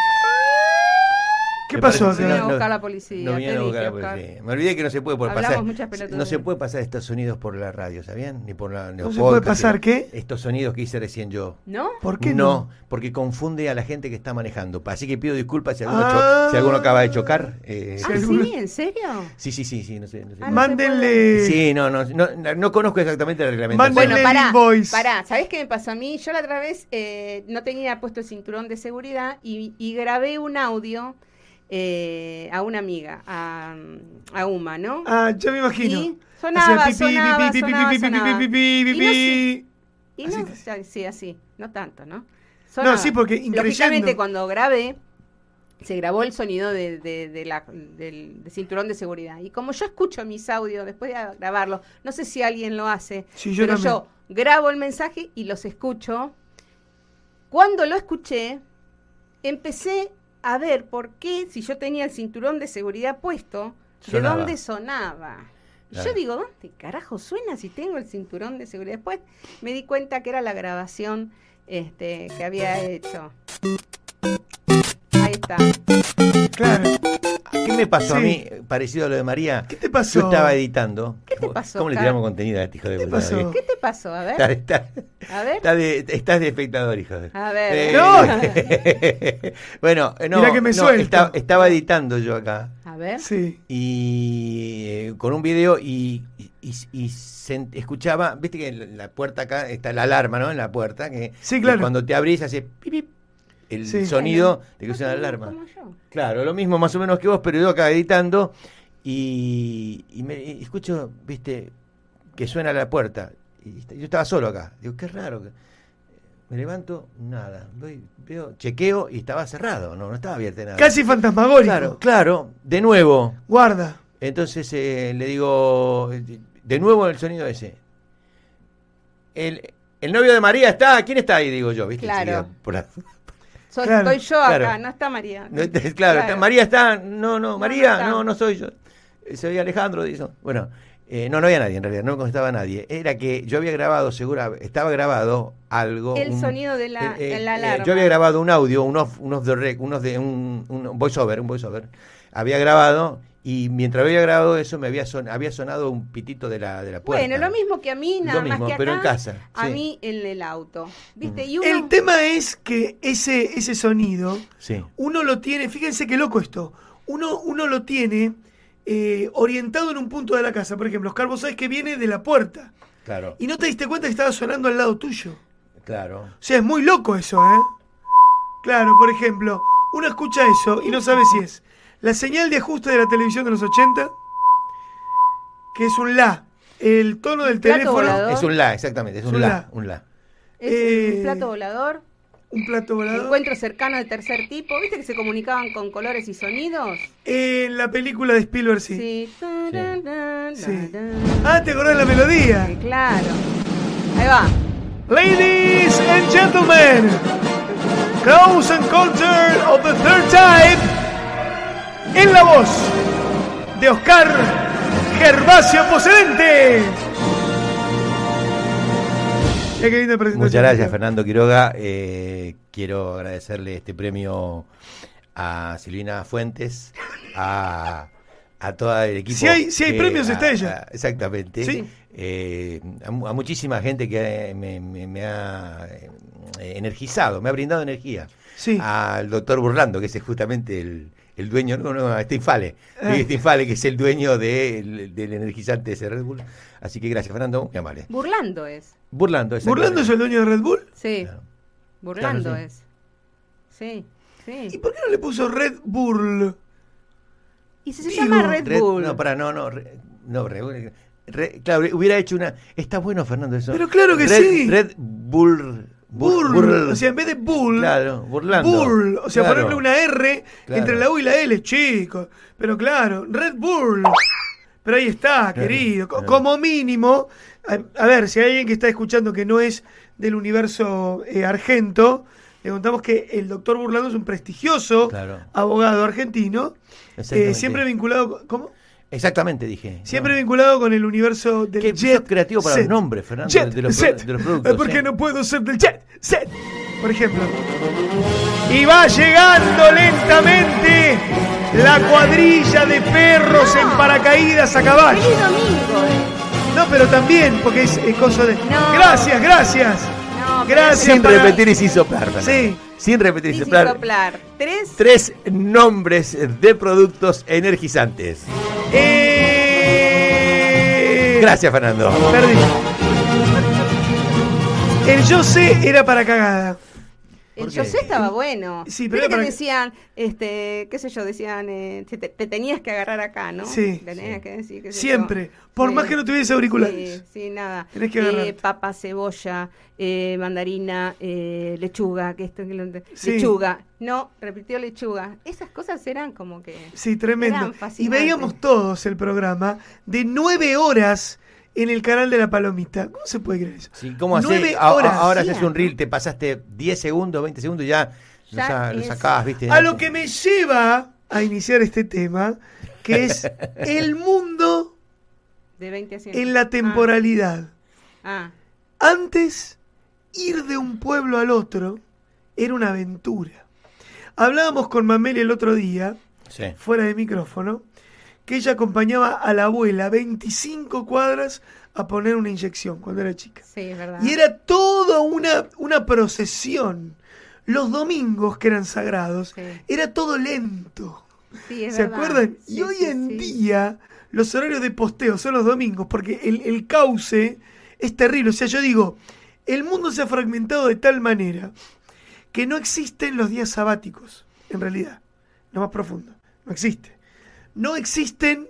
[SPEAKER 2] ¿Qué
[SPEAKER 1] Me
[SPEAKER 2] pasó
[SPEAKER 1] parece-
[SPEAKER 4] Viene
[SPEAKER 2] acá?
[SPEAKER 4] a buscar la policía,
[SPEAKER 1] No viene
[SPEAKER 4] te
[SPEAKER 1] a buscar la
[SPEAKER 4] dije, Oscar.
[SPEAKER 1] policía. Me olvidé que no se puede por
[SPEAKER 4] Hablamos
[SPEAKER 1] pasar.
[SPEAKER 4] muchas pelotudeces.
[SPEAKER 1] No se puede pasar estos sonidos por la radio, ¿sabían? Ni por la. los
[SPEAKER 2] se puede
[SPEAKER 1] podcasts,
[SPEAKER 2] pasar
[SPEAKER 1] ni-
[SPEAKER 2] qué?
[SPEAKER 1] Estos sonidos que hice recién yo.
[SPEAKER 4] Ah, ¿No?
[SPEAKER 2] ¿Por qué
[SPEAKER 1] no?
[SPEAKER 2] no?
[SPEAKER 1] porque confunde a la gente que está manejando. Así que pido disculpas si alguno, cho-
[SPEAKER 2] Ah.
[SPEAKER 1] si alguno acaba de chocar. eh,
[SPEAKER 4] Ah,
[SPEAKER 2] Sí,
[SPEAKER 4] sí,
[SPEAKER 2] alguna-
[SPEAKER 4] ¿en serio?
[SPEAKER 1] sí, sí, sí, sí, no sé. No sé.
[SPEAKER 4] Ah, no.
[SPEAKER 2] Mándenle.
[SPEAKER 1] Sí, no, no, no, no conozco exactamente la reglamentación.
[SPEAKER 2] Bueno,
[SPEAKER 4] Bueno,
[SPEAKER 2] Lady
[SPEAKER 4] pará,
[SPEAKER 2] Boys.
[SPEAKER 4] pará, ¿sabés qué me pasó a mí? Yo la otra vez eh, no tenía puesto el cinturón de seguridad y, y grabé un audio eh, a una amiga, a, a Uma, ¿no?
[SPEAKER 2] Ah, ya me imagino.
[SPEAKER 4] Y
[SPEAKER 2] Hacía
[SPEAKER 4] sonaba,
[SPEAKER 2] pipí,
[SPEAKER 4] sonaba,
[SPEAKER 2] pipí, pipí,
[SPEAKER 4] sonaba,
[SPEAKER 2] pipí, pipí,
[SPEAKER 4] sonaba.
[SPEAKER 2] pipí, pipí,
[SPEAKER 4] Y no sé-
[SPEAKER 2] pipí.
[SPEAKER 4] Y
[SPEAKER 2] Así
[SPEAKER 4] no,
[SPEAKER 2] te-
[SPEAKER 4] o sea, sí, así, no tanto, ¿no?
[SPEAKER 2] No, sí, porque increyendo.
[SPEAKER 4] Lógicamente cuando grabé, se grabó el sonido de, de- de la- del del cinturón de seguridad. Y como yo escucho mis audios después de grabarlos, no sé si alguien lo hace,
[SPEAKER 2] Sí, yo
[SPEAKER 4] pero
[SPEAKER 2] también.
[SPEAKER 4] yo grabo el mensaje y los escucho. Cuando lo escuché, empecé a ver por qué, si yo tenía el cinturón de seguridad puesto,
[SPEAKER 1] Sonaba.
[SPEAKER 4] de dónde sonaba. Y
[SPEAKER 1] Claro.
[SPEAKER 4] Yo digo, ¿dónde carajo suena si tengo el cinturón de seguridad? Después me di cuenta que era la grabación este, que había hecho. Ahí está.
[SPEAKER 2] Claro.
[SPEAKER 1] ¿Qué me pasó a
[SPEAKER 2] Sí.
[SPEAKER 1] mí, parecido a lo de María?
[SPEAKER 2] ¿Qué te pasó?
[SPEAKER 1] Yo estaba editando.
[SPEAKER 4] ¿Qué te pasó,
[SPEAKER 1] ¿Cómo le
[SPEAKER 4] Car?
[SPEAKER 1] tiramos contenido a este hijo de
[SPEAKER 2] ¿Qué
[SPEAKER 1] puta?
[SPEAKER 2] pasó?
[SPEAKER 4] ¿Qué te pasó? A
[SPEAKER 1] Está-
[SPEAKER 4] ver,
[SPEAKER 1] está-
[SPEAKER 4] a ver.
[SPEAKER 1] está de- estás de espectador, hijo de...
[SPEAKER 4] A ver.
[SPEAKER 1] No. (laughs) bueno, eh, no,
[SPEAKER 2] Mirá que me
[SPEAKER 1] no,
[SPEAKER 2] suelto.
[SPEAKER 1] esta- estaba editando yo acá
[SPEAKER 4] A ver.
[SPEAKER 2] Sí.
[SPEAKER 1] y eh, con un video y, y- y- y sent- escuchaba, viste que en la puerta acá está la alarma, ¿no? En la puerta que
[SPEAKER 2] Sí,
[SPEAKER 1] que
[SPEAKER 2] claro.
[SPEAKER 1] cuando te abrís hace pip, pip, el
[SPEAKER 2] Sí.
[SPEAKER 1] sonido de que
[SPEAKER 4] No
[SPEAKER 1] suena la
[SPEAKER 4] tengo
[SPEAKER 1] alarma.
[SPEAKER 4] como Ah, yo.
[SPEAKER 1] Claro, lo mismo más o menos que vos, pero yo acá editando y, y me y escucho, viste, que suena la puerta. Y est- yo estaba solo acá. Digo, qué raro. que- Me levanto, nada. Voy, veo, chequeo y estaba cerrado, no, no estaba abierto nada.
[SPEAKER 2] Casi fantasmagórico.
[SPEAKER 1] Claro, claro, de nuevo.
[SPEAKER 2] Guarda.
[SPEAKER 1] Entonces eh, le digo, eh, de nuevo el sonido ese. El, el novio de María está, ¿quién está ahí? Digo yo, ¿viste?
[SPEAKER 4] Claro.
[SPEAKER 1] Enseguida, por la-
[SPEAKER 4] So-
[SPEAKER 2] Claro,
[SPEAKER 4] Estoy yo acá,
[SPEAKER 1] claro.
[SPEAKER 4] no está María.
[SPEAKER 1] No, este, claro, está- María está. No, no, María,
[SPEAKER 4] está.
[SPEAKER 1] no, no, soy yo. Eh, Se oía Alejandro. dice, Bueno, eh, no, no había nadie en realidad, no me contestaba nadie. Era que yo había grabado, segura, estaba grabado algo.
[SPEAKER 4] El
[SPEAKER 1] un-
[SPEAKER 4] sonido de la,
[SPEAKER 1] eh, eh,
[SPEAKER 4] de la
[SPEAKER 1] eh,
[SPEAKER 4] alarma.
[SPEAKER 1] yo había grabado un audio, un off, un off the rec, un, off the- un, un voiceover, un voiceover. Había grabado y mientras había grabado eso me había, son- había sonado un pitito de la, de la puerta.
[SPEAKER 4] Bueno, lo mismo que a mí, nada
[SPEAKER 1] Lo mismo,
[SPEAKER 4] más que
[SPEAKER 1] pero en
[SPEAKER 4] acá,
[SPEAKER 1] casa,
[SPEAKER 4] A
[SPEAKER 1] sí.
[SPEAKER 4] mí en el auto. ¿Viste? Y uno,
[SPEAKER 2] El tema es que ese, ese sonido,
[SPEAKER 1] Sí.
[SPEAKER 2] uno lo tiene, fíjense qué loco esto, uno, uno lo tiene eh, orientado en un punto de la casa. Por ejemplo, Oscar, vos sabés que viene de la puerta
[SPEAKER 1] Claro,
[SPEAKER 2] y no te diste cuenta que estaba sonando al lado tuyo.
[SPEAKER 1] claro.
[SPEAKER 2] O sea, es muy loco eso, ¿eh? Claro, por ejemplo, uno escucha eso y no sabe si es la señal de ajuste de la televisión de los 80, que es un la, el tono del
[SPEAKER 4] Plato
[SPEAKER 2] teléfono,
[SPEAKER 4] volador.
[SPEAKER 1] Es un la, exactamente, es un,
[SPEAKER 2] Es un
[SPEAKER 1] la,
[SPEAKER 2] la.
[SPEAKER 1] un la.
[SPEAKER 4] es
[SPEAKER 2] eh,
[SPEAKER 4] un plato volador,
[SPEAKER 2] un plato volador.
[SPEAKER 4] encuentro cercano de tercer tipo. ¿Viste que se comunicaban con colores y sonidos?
[SPEAKER 2] En la película de Spielberg, sí.
[SPEAKER 4] Tararán, tararán.
[SPEAKER 2] Sí. Ah, ¿te acordás de la melodía?
[SPEAKER 4] Sí, Ah, Claro. Ahí va.
[SPEAKER 2] Ladies and gentlemen, Kraus and Culture of the Third Type, en la voz de Oscar Gervasio Posedente. Ya que linda presentación.
[SPEAKER 1] Muchas gracias, Fernando Quiroga. Eh, quiero agradecerle este premio a Silvina Fuentes, a, a todo el equipo.
[SPEAKER 2] Si hay- si hay
[SPEAKER 1] que-
[SPEAKER 2] premios,
[SPEAKER 1] a-
[SPEAKER 2] está ella.
[SPEAKER 1] a- exactamente.
[SPEAKER 2] Sí.
[SPEAKER 1] Eh, a, mu- a muchísima gente que eh, me, me- me ha eh, energizado, me ha brindado energía.
[SPEAKER 2] Sí.
[SPEAKER 1] Al doctor Burlando, que es justamente el, el dueño, no, no, a Steve Fale,
[SPEAKER 2] Ah.
[SPEAKER 1] Steve Fale, que es el dueño del- del energizante de Red Bull. Así que gracias, Fernando, muy amable.
[SPEAKER 4] Burlando es.
[SPEAKER 1] Burlando,
[SPEAKER 2] ¿Burlando es el dueño de Red Bull?
[SPEAKER 4] Sí.
[SPEAKER 1] Claro.
[SPEAKER 4] Burlando
[SPEAKER 1] Claro, sí.
[SPEAKER 4] es. Sí.
[SPEAKER 2] ¿Y
[SPEAKER 4] Sí.
[SPEAKER 2] por qué no le puso Red Bull?
[SPEAKER 4] Y se, se
[SPEAKER 2] Digo,
[SPEAKER 4] llama Red,
[SPEAKER 1] Red-
[SPEAKER 4] Bull.
[SPEAKER 1] No, para, no, no. re- no re- re- claro, hubiera hecho una. Está bueno, Fernando, eso.
[SPEAKER 2] Pero claro que
[SPEAKER 1] Red-
[SPEAKER 2] sí.
[SPEAKER 1] Red Bull.
[SPEAKER 2] Burl.
[SPEAKER 1] Bur- Burl.
[SPEAKER 2] O sea, en vez de Bull.
[SPEAKER 1] Claro, burlando.
[SPEAKER 2] Bull. O sea,
[SPEAKER 1] Claro.
[SPEAKER 2] ponerle una R
[SPEAKER 1] Claro.
[SPEAKER 2] entre la U y la L, chicos. Pero claro, Red Bull. Pero ahí está, querido. Co-
[SPEAKER 1] claro.
[SPEAKER 2] Como mínimo. A, a ver, si hay alguien que está escuchando que no es del universo eh, argento, le contamos que el doctor Burlando es un prestigioso
[SPEAKER 1] Claro.
[SPEAKER 2] abogado argentino. eh,
[SPEAKER 1] Exactamente.
[SPEAKER 2] siempre vinculado. con- ¿Cómo?
[SPEAKER 1] Exactamente, dije.
[SPEAKER 2] E. Siempre
[SPEAKER 1] No.
[SPEAKER 2] vinculado con el universo del
[SPEAKER 1] Qué
[SPEAKER 2] jet.
[SPEAKER 1] sos creativo para
[SPEAKER 2] set.
[SPEAKER 1] los nombres, Fernando,
[SPEAKER 2] Jet
[SPEAKER 1] de los pro-
[SPEAKER 2] set.
[SPEAKER 1] de los productos,
[SPEAKER 2] Eh, Porque
[SPEAKER 1] eh.
[SPEAKER 2] no puedo ser del jet set, por ejemplo. Y va llegando lentamente la cuadrilla de perros en paracaídas a
[SPEAKER 4] Feliz
[SPEAKER 2] caballo.
[SPEAKER 4] domingo. eh.
[SPEAKER 2] No, pero también, porque es, es cosa de.
[SPEAKER 4] No.
[SPEAKER 2] Gracias, gracias.
[SPEAKER 4] No, pero
[SPEAKER 2] gracias.
[SPEAKER 1] Sin
[SPEAKER 2] para-
[SPEAKER 1] repetir y sin soplar. Fernando.
[SPEAKER 2] Sí.
[SPEAKER 1] Sin repetir y
[SPEAKER 4] Sin
[SPEAKER 1] soplar.
[SPEAKER 4] soplar. Tres.
[SPEAKER 1] Tres nombres de productos energizantes.
[SPEAKER 2] Eh,
[SPEAKER 1] Gracias, Fernando.
[SPEAKER 2] Perdí. El yo sé era para cagada.
[SPEAKER 4] El
[SPEAKER 1] ¿Por
[SPEAKER 4] yo
[SPEAKER 1] qué?
[SPEAKER 4] sé estaba bueno.
[SPEAKER 2] Sí,
[SPEAKER 4] Sí,
[SPEAKER 2] pero
[SPEAKER 4] pero
[SPEAKER 2] era para-
[SPEAKER 4] que decían, este, qué sé yo, decían, eh, te, te- te tenías que agarrar acá, ¿no?
[SPEAKER 2] Sí.
[SPEAKER 4] Te Tenías que decir, qué sé
[SPEAKER 2] Siempre.
[SPEAKER 4] yo.
[SPEAKER 2] Por
[SPEAKER 4] Sí.
[SPEAKER 2] más que no tuviese auriculares.
[SPEAKER 4] Sí, sí, nada.
[SPEAKER 2] Tenés que
[SPEAKER 4] Eh,
[SPEAKER 2] agarrarte.
[SPEAKER 4] papa, cebolla, eh, mandarina, eh, lechuga, que esto que lo
[SPEAKER 2] Sí.
[SPEAKER 4] lechuga. No, repitió lechuga. Esas cosas eran como que
[SPEAKER 2] Sí, tremendo.
[SPEAKER 4] Eran
[SPEAKER 2] Y
[SPEAKER 4] fascinantes.
[SPEAKER 2] veíamos todos el programa de nueve horas en el canal de la palomita. ¿Cómo se puede creer eso?
[SPEAKER 1] Sí, ¿Cómo haces?
[SPEAKER 2] Nueve
[SPEAKER 1] A- a-
[SPEAKER 2] horas.
[SPEAKER 1] Ahora
[SPEAKER 4] Sí,
[SPEAKER 1] haces un
[SPEAKER 4] ¿no?
[SPEAKER 1] reel, te pasaste 10 segundos, 20 segundos y ya, lo
[SPEAKER 4] Ya
[SPEAKER 1] sa- lo
[SPEAKER 4] es-
[SPEAKER 1] sacás, ¿viste?
[SPEAKER 2] A lo que me lleva a iniciar este tema, que es el mundo
[SPEAKER 4] de 20 a 100.
[SPEAKER 2] en la temporalidad.
[SPEAKER 4] Ah, ah.
[SPEAKER 2] Antes, ir de un pueblo al otro era una aventura. Hablábamos con Mameli el otro día
[SPEAKER 1] Sí.
[SPEAKER 2] fuera de micrófono, que ella acompañaba a la abuela 25 cuadras a poner una inyección cuando era chica.
[SPEAKER 4] Sí, es verdad.
[SPEAKER 2] Y era toda una, una procesión. Los domingos que eran sagrados,
[SPEAKER 4] Sí.
[SPEAKER 2] era todo lento.
[SPEAKER 4] Sí, es
[SPEAKER 2] ¿Se
[SPEAKER 4] verdad.
[SPEAKER 2] acuerdan?
[SPEAKER 4] Sí,
[SPEAKER 2] y hoy
[SPEAKER 4] sí,
[SPEAKER 2] en
[SPEAKER 4] sí.
[SPEAKER 2] día los horarios de posteo son los domingos, porque el, el cauce es terrible. O sea, yo digo, el mundo se ha fragmentado de tal manera que no existen los días sabáticos, en realidad, lo más profundo, no existe. No existen